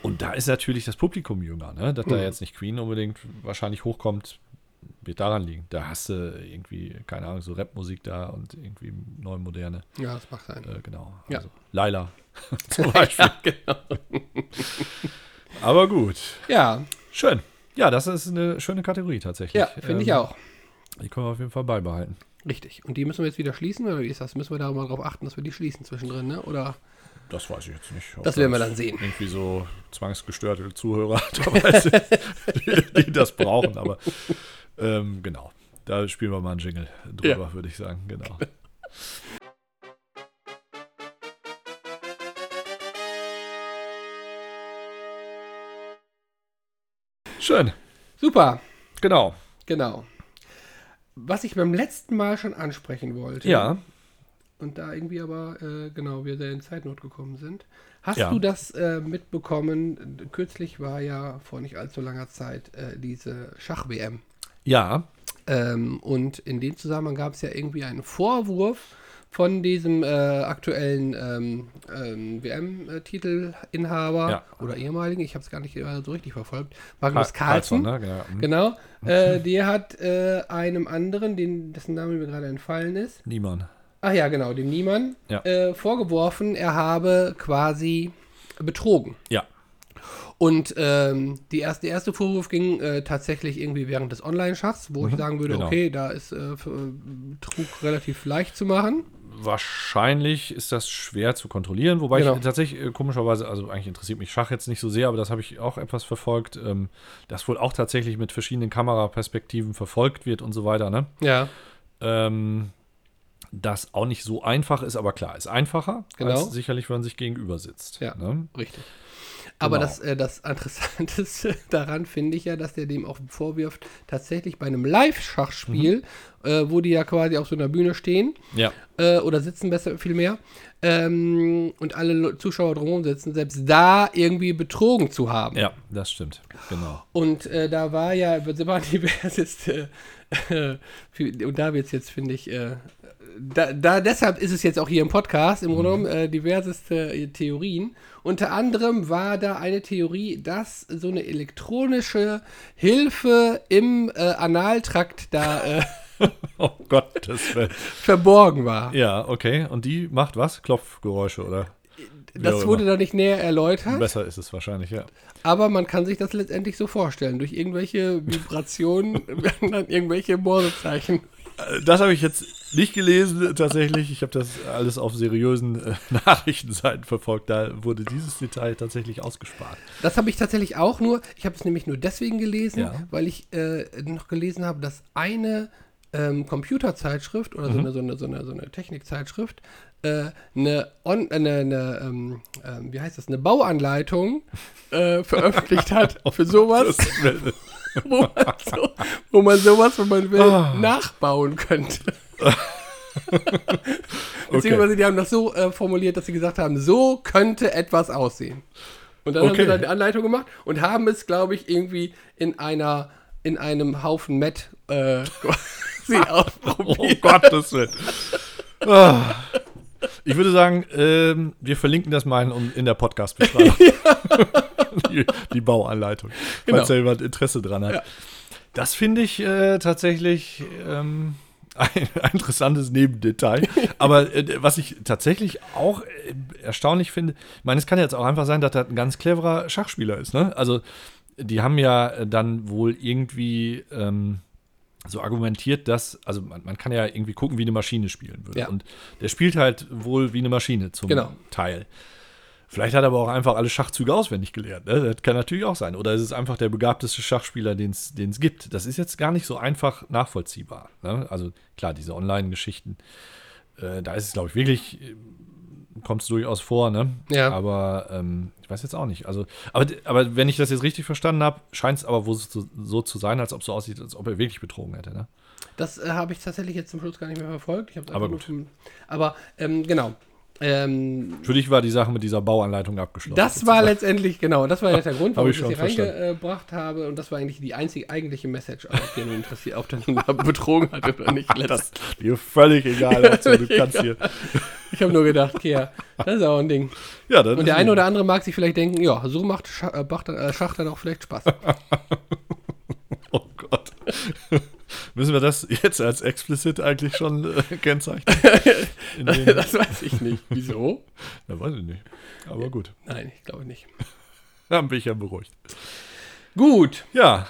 Speaker 1: Und da ist natürlich das Publikum jünger, ne? Dass da jetzt nicht Queen unbedingt wahrscheinlich hochkommt, wird daran liegen. Da hast du irgendwie, keine Ahnung, so Rapmusik da und irgendwie neu moderne.
Speaker 2: ja, das mag sein.
Speaker 1: Äh, genau.
Speaker 2: Ja. genau.
Speaker 1: Also, Laila zum Beispiel. Aber gut.
Speaker 2: Ja,
Speaker 1: Schön. Ja, das ist eine schöne Kategorie tatsächlich.
Speaker 2: ja finde ich
Speaker 1: Ähm,
Speaker 2: auch.
Speaker 1: Die können wir auf jeden Fall beibehalten.
Speaker 2: Richtig. Und die müssen wir jetzt wieder schließen, oder wie ist das? Müssen wir da mal drauf achten, dass wir die schließen zwischendrin, ne? Oder?
Speaker 1: Das weiß ich jetzt nicht. ob
Speaker 2: Das werden wir
Speaker 1: da
Speaker 2: dann sehen.
Speaker 1: Irgendwie so zwangsgestörte Zuhörer dabei sind, die, die das brauchen. Aber ähm, genau, da spielen wir mal einen Jingle drüber, würde ich sagen. Genau. Schön,
Speaker 2: Super,
Speaker 1: genau.
Speaker 2: genau. Was ich beim letzten Mal schon ansprechen wollte,
Speaker 1: Ja,
Speaker 2: und da irgendwie aber, äh, genau, wir sehr in Zeitnot gekommen sind. Hast
Speaker 1: Ja.
Speaker 2: du das äh, mitbekommen? Kürzlich war ja vor nicht allzu langer Zeit äh, diese Schach-WM.
Speaker 1: ja,
Speaker 2: Ähm, und in dem Zusammenhang gab es ja irgendwie einen Vorwurf von diesem äh, aktuellen ähm, ähm, WM-Titelinhaber
Speaker 1: Ja.
Speaker 2: oder ehemaligen, ich habe es gar nicht äh, so richtig verfolgt, Magnus Carlsen.
Speaker 1: Carlson, ne? genau. Hm.
Speaker 2: Genau, äh, der hat äh, einem anderen, den, dessen Name mir gerade entfallen ist,
Speaker 1: Niemann.
Speaker 2: Ach ja, genau, dem Niemann
Speaker 1: Ja.
Speaker 2: äh, vorgeworfen, er habe quasi betrogen.
Speaker 1: Ja,
Speaker 2: Und ähm, die erste, der erste Vorwurf ging äh, tatsächlich irgendwie während des Online-Schachs, wo ich sagen würde,
Speaker 1: genau.
Speaker 2: okay, da ist äh, für, äh, Betrug relativ leicht zu machen.
Speaker 1: wahrscheinlich ist das schwer zu kontrollieren, wobei
Speaker 2: Genau.
Speaker 1: ich tatsächlich äh, komischerweise, also eigentlich interessiert mich Schach jetzt nicht so sehr, aber das habe ich auch etwas verfolgt, ähm, das wohl auch tatsächlich mit verschiedenen Kameraperspektiven verfolgt wird und so weiter, ne?
Speaker 2: Ja,
Speaker 1: Ähm, das auch nicht so einfach ist, aber klar, ist einfacher,
Speaker 2: Genau.
Speaker 1: als sicherlich, wenn man sich gegenüber sitzt.
Speaker 2: Ja.
Speaker 1: Ne?
Speaker 2: richtig. Aber das, äh, das Interessanteste daran finde ich ja, dass der dem auch vorwirft, tatsächlich bei einem Live-Schachspiel,
Speaker 1: Mhm.
Speaker 2: äh, wo die ja quasi auf so einer Bühne stehen
Speaker 1: Ja.
Speaker 2: äh, oder sitzen besser vielmehr ähm, und alle Lo- Zuschauer drumherum sitzen, selbst da irgendwie betrogen zu haben.
Speaker 1: ja, das stimmt. Genau.
Speaker 2: Und äh, da war ja immer diverses. Äh, äh, viel- und da wird es jetzt, finde ich, äh, da, da, deshalb ist es jetzt auch hier im Podcast
Speaker 1: Mhm.
Speaker 2: im Grunde genommen äh, diverseste äh, Theorien. Unter anderem war da eine Theorie, dass so eine elektronische Hilfe im äh, Analtrakt da äh,
Speaker 1: Oh Gott, das wär,
Speaker 2: verborgen war.
Speaker 1: Ja, okay. Und die macht was? Klopfgeräusche, oder? Wie auch
Speaker 2: das wurde
Speaker 1: immer.
Speaker 2: da nicht näher erläutert,
Speaker 1: genau. Besser ist es wahrscheinlich, ja.
Speaker 2: aber man kann sich das letztendlich so vorstellen. Durch irgendwelche Vibrationen werden dann irgendwelche Morsezeichen
Speaker 1: Das habe ich jetzt nicht gelesen, tatsächlich. Ich habe das alles auf seriösen äh, Nachrichtenseiten verfolgt. Da wurde dieses Detail tatsächlich ausgespart.
Speaker 2: Das habe ich tatsächlich auch nur, ich habe es nämlich nur deswegen gelesen,
Speaker 1: Ja.
Speaker 2: weil ich äh, noch gelesen habe, dass eine ähm, Computerzeitschrift oder so, eine, so, eine, so, eine, so eine Technikzeitschrift äh, eine, On äh, eine, eine ähm, ähm, wie heißt das, eine Bauanleitung äh, veröffentlicht hat für sowas, wo man, so, wo man sowas, wenn man will,
Speaker 1: Ah.
Speaker 2: nachbauen könnte. Beziehungsweise die haben das so äh, formuliert, dass sie gesagt haben, so könnte etwas aussehen. Und dann haben
Speaker 1: Okay.
Speaker 2: sie dann eine Anleitung gemacht und haben es, glaube ich, irgendwie in einer in einem Haufen Met äh, quasi
Speaker 1: Oh
Speaker 2: ausprobiert.
Speaker 1: Gottes Willen. Ah. Ich würde sagen, ähm, wir verlinken das mal in, in der Podcast-Beschreibung. die, die Bauanleitung,
Speaker 2: Genau.
Speaker 1: falls da jemand Interesse dran hat.
Speaker 2: Ja.
Speaker 1: Das finde ich äh, tatsächlich ähm, ein, ein interessantes Nebendetail. Aber äh, was ich tatsächlich auch äh, erstaunlich finde, ich meine, es kann jetzt auch einfach sein, dass das ein ganz cleverer Schachspieler ist. Ne? Also, die haben ja äh, dann wohl irgendwie. Ähm, so argumentiert, dass, also man, man kann ja irgendwie gucken, wie eine Maschine spielen würde.
Speaker 2: Ja.
Speaker 1: Und der spielt halt wohl wie eine Maschine zum
Speaker 2: Genau.
Speaker 1: Teil. Vielleicht hat er aber auch einfach alle Schachzüge auswendig gelernt. Ne? Das kann natürlich auch sein. Oder es ist einfach der begabteste Schachspieler, den es gibt. Das ist jetzt gar nicht so einfach nachvollziehbar. Ne? Also klar, diese Online-Geschichten, äh, da ist es, glaube ich, wirklich, äh, kommt es durchaus vor. Ne?
Speaker 2: Ja.
Speaker 1: Aber ähm, ich weiß jetzt auch nicht. Also, aber, aber wenn ich das jetzt richtig verstanden habe, scheint es aber wohl so, so zu sein, als ob es so aussieht, als ob er wirklich betrogen hätte. Ne?
Speaker 2: Das äh, habe ich tatsächlich jetzt zum Schluss gar nicht mehr verfolgt. Ich hab's
Speaker 1: Aber
Speaker 2: einfach nur
Speaker 1: gut.
Speaker 2: vom- aber ähm, genau. Ähm,
Speaker 1: Für dich war die Sache mit dieser Bauanleitung abgeschlossen.
Speaker 2: Das war letztendlich, genau, das war ja der Grund,
Speaker 1: Hab
Speaker 2: warum
Speaker 1: ich
Speaker 2: ich das hier
Speaker 1: schon verstanden.
Speaker 2: reingebracht habe. Und das war eigentlich die einzige eigentliche Message, auf die er interessiert, ob der nun da betrogen hat oder nicht.
Speaker 1: das dir völlig egal. Hauptsache, du kannst hier.
Speaker 2: Ich habe nur gedacht, Kea, das ist auch ein Ding.
Speaker 1: Ja, das
Speaker 2: Und
Speaker 1: ist
Speaker 2: der eine
Speaker 1: gut.
Speaker 2: oder andere mag sich vielleicht denken, ja, so macht Schach, äh, Bach dann, äh, Schach dann auch vielleicht Spaß.
Speaker 1: Oh Gott. Müssen wir das jetzt als explizit eigentlich schon äh, kennzeichnen? In den,
Speaker 2: das weiß ich nicht. Wieso?
Speaker 1: na, weiß ich nicht. Aber gut,
Speaker 2: Nein, ich glaube nicht.
Speaker 1: dann bin ich ja beruhigt.
Speaker 2: Gut,
Speaker 1: Ja,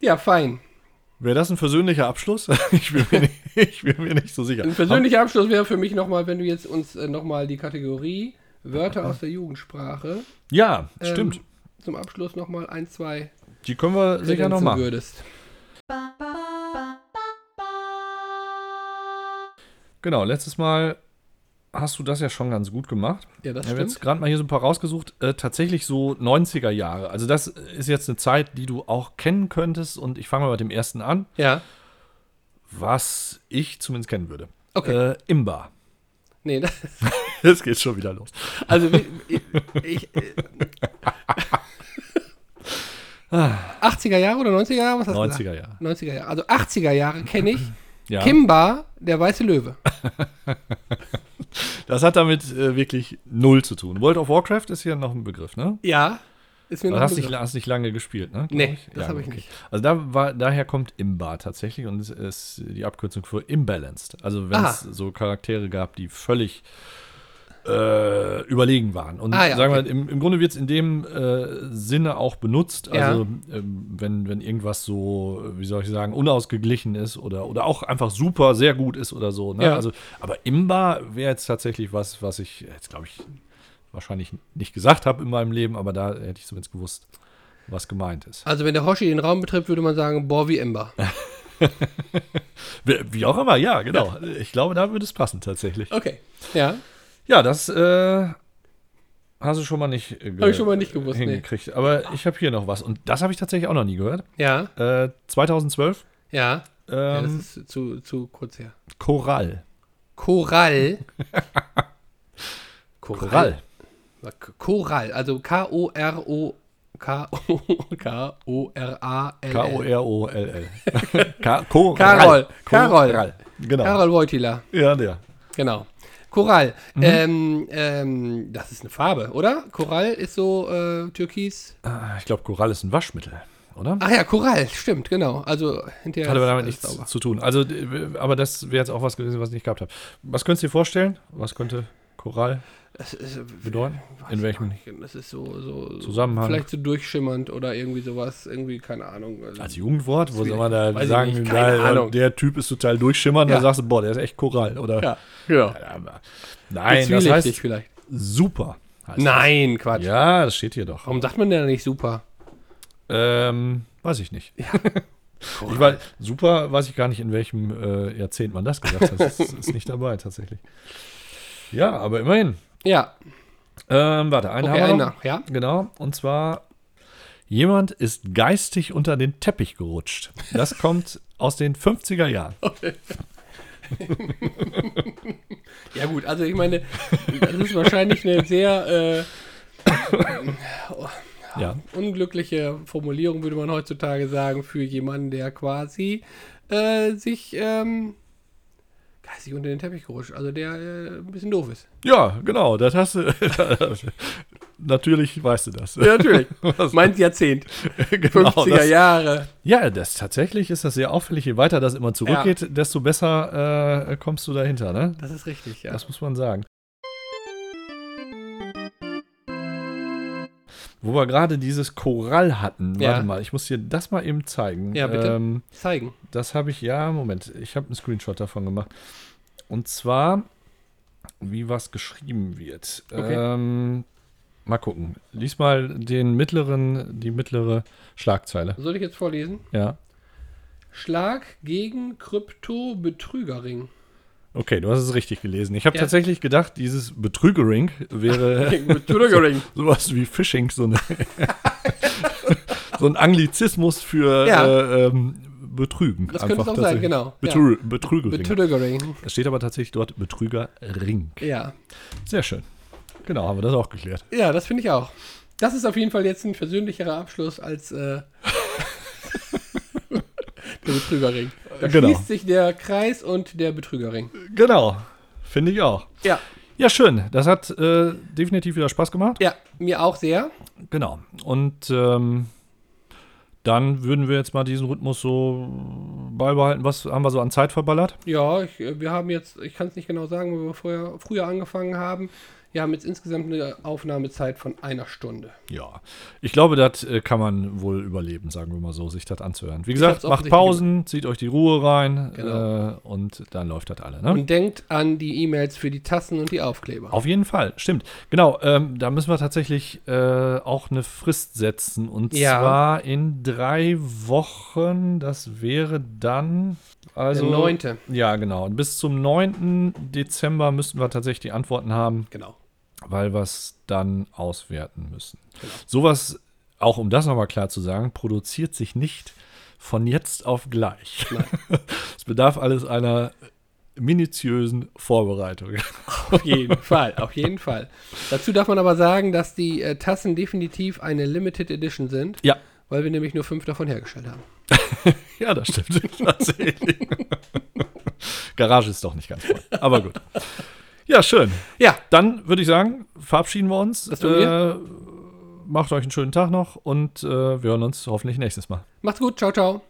Speaker 2: ja, fein.
Speaker 1: wäre das ein versöhnlicher Abschluss? Ich bin mir nicht, ich bin mir nicht so sicher.
Speaker 2: Ein persönlicher Abschluss wäre für mich nochmal, wenn du jetzt uns äh, nochmal die Kategorie Wörter aus der Jugendsprache
Speaker 1: ja,
Speaker 2: ähm,
Speaker 1: stimmt.
Speaker 2: zum Abschluss nochmal ein, zwei
Speaker 1: Die können wir sicher noch
Speaker 2: kredenzen
Speaker 1: machen.
Speaker 2: würdest.
Speaker 1: Genau, letztes Mal hast du das ja schon ganz gut gemacht.
Speaker 2: Ja, das
Speaker 1: Ich habe
Speaker 2: stimmt.
Speaker 1: jetzt gerade mal hier so ein paar rausgesucht. Äh, tatsächlich so 90er Jahre. Also das ist jetzt eine Zeit, die du auch kennen könntest. Und ich fange mal mit dem ersten an,
Speaker 2: Ja.
Speaker 1: was ich zumindest kennen würde.
Speaker 2: Okay.
Speaker 1: Äh, Imba.
Speaker 2: Nee, das,
Speaker 1: Jetzt geht's schon wieder los.
Speaker 2: also wie- ich, ich, äh, 80er Ah. Jahre oder 90er Jahre? Was hast du gesagt?
Speaker 1: 90er Jahre.
Speaker 2: 90er Jahre. Also 80er Jahre kenne ich.
Speaker 1: Ja,
Speaker 2: Kimba, der weiße Löwe.
Speaker 1: das hat damit äh, wirklich null zu tun. World of Warcraft ist hier noch ein Begriff, ne?
Speaker 2: Ja. Ist mir
Speaker 1: Das
Speaker 2: noch
Speaker 1: hast
Speaker 2: ein
Speaker 1: nicht,
Speaker 2: Begriff.
Speaker 1: hast nicht lange gespielt, ne? glaub
Speaker 2: Nee,
Speaker 1: ich?
Speaker 2: das habe ich nicht.
Speaker 1: Also da war, daher kommt Imba tatsächlich und es ist die Abkürzung für imbalanced. Also wenn
Speaker 2: Aha.
Speaker 1: es so Charaktere gab, die völlig äh, überlegen waren. Und
Speaker 2: Ah, ja,
Speaker 1: sagen wir,
Speaker 2: okay.
Speaker 1: im, im Grunde wird es in dem äh, Sinne auch benutzt.
Speaker 2: Ja.
Speaker 1: Also ähm, wenn, wenn irgendwas so, wie soll ich sagen, unausgeglichen ist oder, oder auch einfach super, sehr gut ist oder so. Ne?
Speaker 2: Ja.
Speaker 1: Also, aber Imba wäre jetzt tatsächlich was, was ich jetzt glaube ich wahrscheinlich nicht gesagt habe in meinem Leben, aber da hätte ich zumindest gewusst, was gemeint ist.
Speaker 2: Also wenn der Hoshi den Raum betritt, würde man sagen, boah, wie Ember.
Speaker 1: Wie, wie auch immer, ja, genau. Ich glaube, da würde es passen tatsächlich.
Speaker 2: Okay. Ja.
Speaker 1: Ja, das äh, Hast du schon mal nicht äh,
Speaker 2: Habe ich schon mal nicht gewusst, nee.
Speaker 1: hingekriegt. Aber ich habe hier noch was. Und das habe ich tatsächlich auch noch nie gehört.
Speaker 2: Ja,
Speaker 1: Äh, 2012,
Speaker 2: ja. ja das
Speaker 1: ähm,
Speaker 2: ist zu, zu kurz her.
Speaker 1: Korall.
Speaker 2: Korall.
Speaker 1: Korall.
Speaker 2: Korall, also K-O-R-O. K-O-R-A-L.
Speaker 1: K-O-R-O-L-L. Ka- Korall.
Speaker 2: Karol. Karol.
Speaker 1: Korall. Genau.
Speaker 2: Karol Wojtyla,
Speaker 1: Ja, der.
Speaker 2: genau. Korall.
Speaker 1: Mhm.
Speaker 2: Ähm, ähm, das ist eine Farbe, oder? Korall ist so äh, türkis.
Speaker 1: Ah, Ich glaube, Korall ist ein Waschmittel, oder?
Speaker 2: Ach ja, Korall, stimmt, genau. Also hinterher.
Speaker 1: Hat aber
Speaker 2: Ah,
Speaker 1: damit
Speaker 2: ist alles
Speaker 1: nichts zu tun. Also, d- aber das wäre jetzt auch was gewesen, was ich nicht gehabt habe. Was könntest du dir vorstellen? Was könnte Korall
Speaker 2: Es ist, äh,
Speaker 1: bedeuten? In welchem?
Speaker 2: das ist so, so
Speaker 1: Zusammenhang.
Speaker 2: Vielleicht so durchschimmernd oder irgendwie sowas. Irgendwie, keine Ahnung. Also,
Speaker 1: Als Jugendwort, wo
Speaker 2: Weiß
Speaker 1: soll man da
Speaker 2: ich
Speaker 1: sagen,
Speaker 2: nicht, keine
Speaker 1: da,
Speaker 2: Ahnung.
Speaker 1: der Typ ist total durchschimmernd,
Speaker 2: Ja.
Speaker 1: da sagst du, boah, der ist echt Korall. Oder
Speaker 2: ja, ja.
Speaker 1: Ja, Nein, das
Speaker 2: Bezwielichtig
Speaker 1: heißt
Speaker 2: vielleicht.
Speaker 1: super. heißt
Speaker 2: Nein,
Speaker 1: das.
Speaker 2: Quatsch.
Speaker 1: Ja, das steht hier doch.
Speaker 2: Warum sagt man denn da nicht super?
Speaker 1: Ähm, weiß ich nicht. Ich war, super, weiß ich gar nicht, in welchem äh, Jahrzehnt man das gesagt hat. Das ist, ist nicht dabei, tatsächlich. Ja, aber immerhin.
Speaker 2: Ja,
Speaker 1: Ähm, warte, einen
Speaker 2: okay,
Speaker 1: haben wir
Speaker 2: einen
Speaker 1: noch.
Speaker 2: nach, ja.
Speaker 1: Genau, und zwar jemand ist geistig unter den Teppich gerutscht. Das kommt aus den 50er Jahren.
Speaker 2: Ja gut, also ich meine, das ist wahrscheinlich eine sehr
Speaker 1: Ja.
Speaker 2: äh, unglückliche Formulierung, würde man heutzutage sagen, für jemanden, der quasi äh, sich ähm, geistig unter den Teppich gerutscht, also der äh, ein bisschen doof ist.
Speaker 1: Ja, genau, das hast du. Natürlich weißt du das.
Speaker 2: natürlich. Mein Jahrzehnt,
Speaker 1: genau,
Speaker 2: 50er
Speaker 1: das-
Speaker 2: Jahre.
Speaker 1: Ja, das tatsächlich ist das sehr auffällig. Je weiter das immer zurückgeht, desto besser äh, kommst du dahinter, ne?
Speaker 2: Das ist richtig, ja.
Speaker 1: Das muss man sagen. Wo wir gerade dieses Korall hatten.
Speaker 2: Ja.
Speaker 1: Warte mal, ich muss dir das mal eben zeigen.
Speaker 2: Ja, bitte.
Speaker 1: Ähm,
Speaker 2: Zeigen.
Speaker 1: das habe ich, ja, Moment, ich habe einen Screenshot davon gemacht. Und zwar, wie was geschrieben wird.
Speaker 2: Okay.
Speaker 1: Ähm, mal gucken. Lies mal den mittleren, die mittlere Schlagzeile.
Speaker 2: Soll ich jetzt vorlesen?
Speaker 1: Ja.
Speaker 2: Schlag gegen Krypto-Betrügerring.
Speaker 1: Okay, du hast es richtig gelesen. Ich habe
Speaker 2: Ja.
Speaker 1: tatsächlich gedacht, dieses Betrügering wäre
Speaker 2: Betrügerring.
Speaker 1: sowas wie Phishing, so, eine so ein Anglizismus für
Speaker 2: Ja.
Speaker 1: äh, ähm, Betrügen.
Speaker 2: Das könnte es auch sein,
Speaker 1: tatsächlich.
Speaker 2: genau.
Speaker 1: Betrü Betrügering.
Speaker 2: Betrügerring.
Speaker 1: es steht aber tatsächlich dort Betrügerring.
Speaker 2: Ja.
Speaker 1: Sehr schön. Genau, haben wir das auch geklärt.
Speaker 2: Ja, das finde ich auch. Das ist auf jeden Fall jetzt ein versöhnlicherer Abschluss als äh, der Betrügerring. Da
Speaker 1: Genau.
Speaker 2: schließt sich der Kreis und der Betrügerring.
Speaker 1: Genau, finde ich auch.
Speaker 2: Ja,
Speaker 1: Ja, schön. Das hat äh, definitiv wieder Spaß gemacht.
Speaker 2: ja, mir auch sehr.
Speaker 1: Genau. Und ähm, dann würden wir jetzt mal diesen Rhythmus so beibehalten. Was haben wir so an Zeit verballert?
Speaker 2: Ja, ich, äh, wir haben jetzt, ich kann es nicht genau sagen, weil wir vorher, früher angefangen haben. Wir haben jetzt insgesamt eine Aufnahmezeit von einer Stunde.
Speaker 1: Ja. Ich glaube, das äh, kann man wohl überleben, sagen wir mal so, sich das anzuhören. Wie
Speaker 2: hab's
Speaker 1: gesagt, macht
Speaker 2: offensichtlich
Speaker 1: Pausen, zieht euch die Ruhe rein
Speaker 2: Genau.
Speaker 1: äh, und dann läuft das alle. Ne?
Speaker 2: Und denkt an die E-Mails für die Tassen und die Aufkleber.
Speaker 1: Auf jeden Fall, stimmt. Genau, ähm, da müssen wir tatsächlich äh, auch eine Frist setzen. Und
Speaker 2: Ja.
Speaker 1: zwar in drei Wochen. Das wäre dann. Also,
Speaker 2: Der neunte.
Speaker 1: Ja, genau. Und bis zum 9. Dezember müssten wir tatsächlich die Antworten haben,
Speaker 2: Genau.
Speaker 1: weil wir es dann auswerten müssen.
Speaker 2: Genau.
Speaker 1: Sowas, auch um das nochmal klar zu sagen, produziert sich nicht von jetzt auf gleich. es bedarf alles einer äh, minutiösen Vorbereitung.
Speaker 2: Auf jeden Fall, auf jeden Fall. Dazu darf man aber sagen, dass die äh, Tassen definitiv eine Limited Edition sind,
Speaker 1: Ja,
Speaker 2: weil wir nämlich nur fünf davon hergestellt haben.
Speaker 1: Ja, das stimmt. Tatsächlich. Garage ist doch nicht ganz voll. Aber gut. Ja, schön.
Speaker 2: Ja,
Speaker 1: Dann würde ich sagen, verabschieden wir uns.
Speaker 2: tun wir.
Speaker 1: Äh, macht euch einen schönen Tag noch und äh, wir hören uns hoffentlich nächstes Mal.
Speaker 2: macht's gut, ciao, ciao.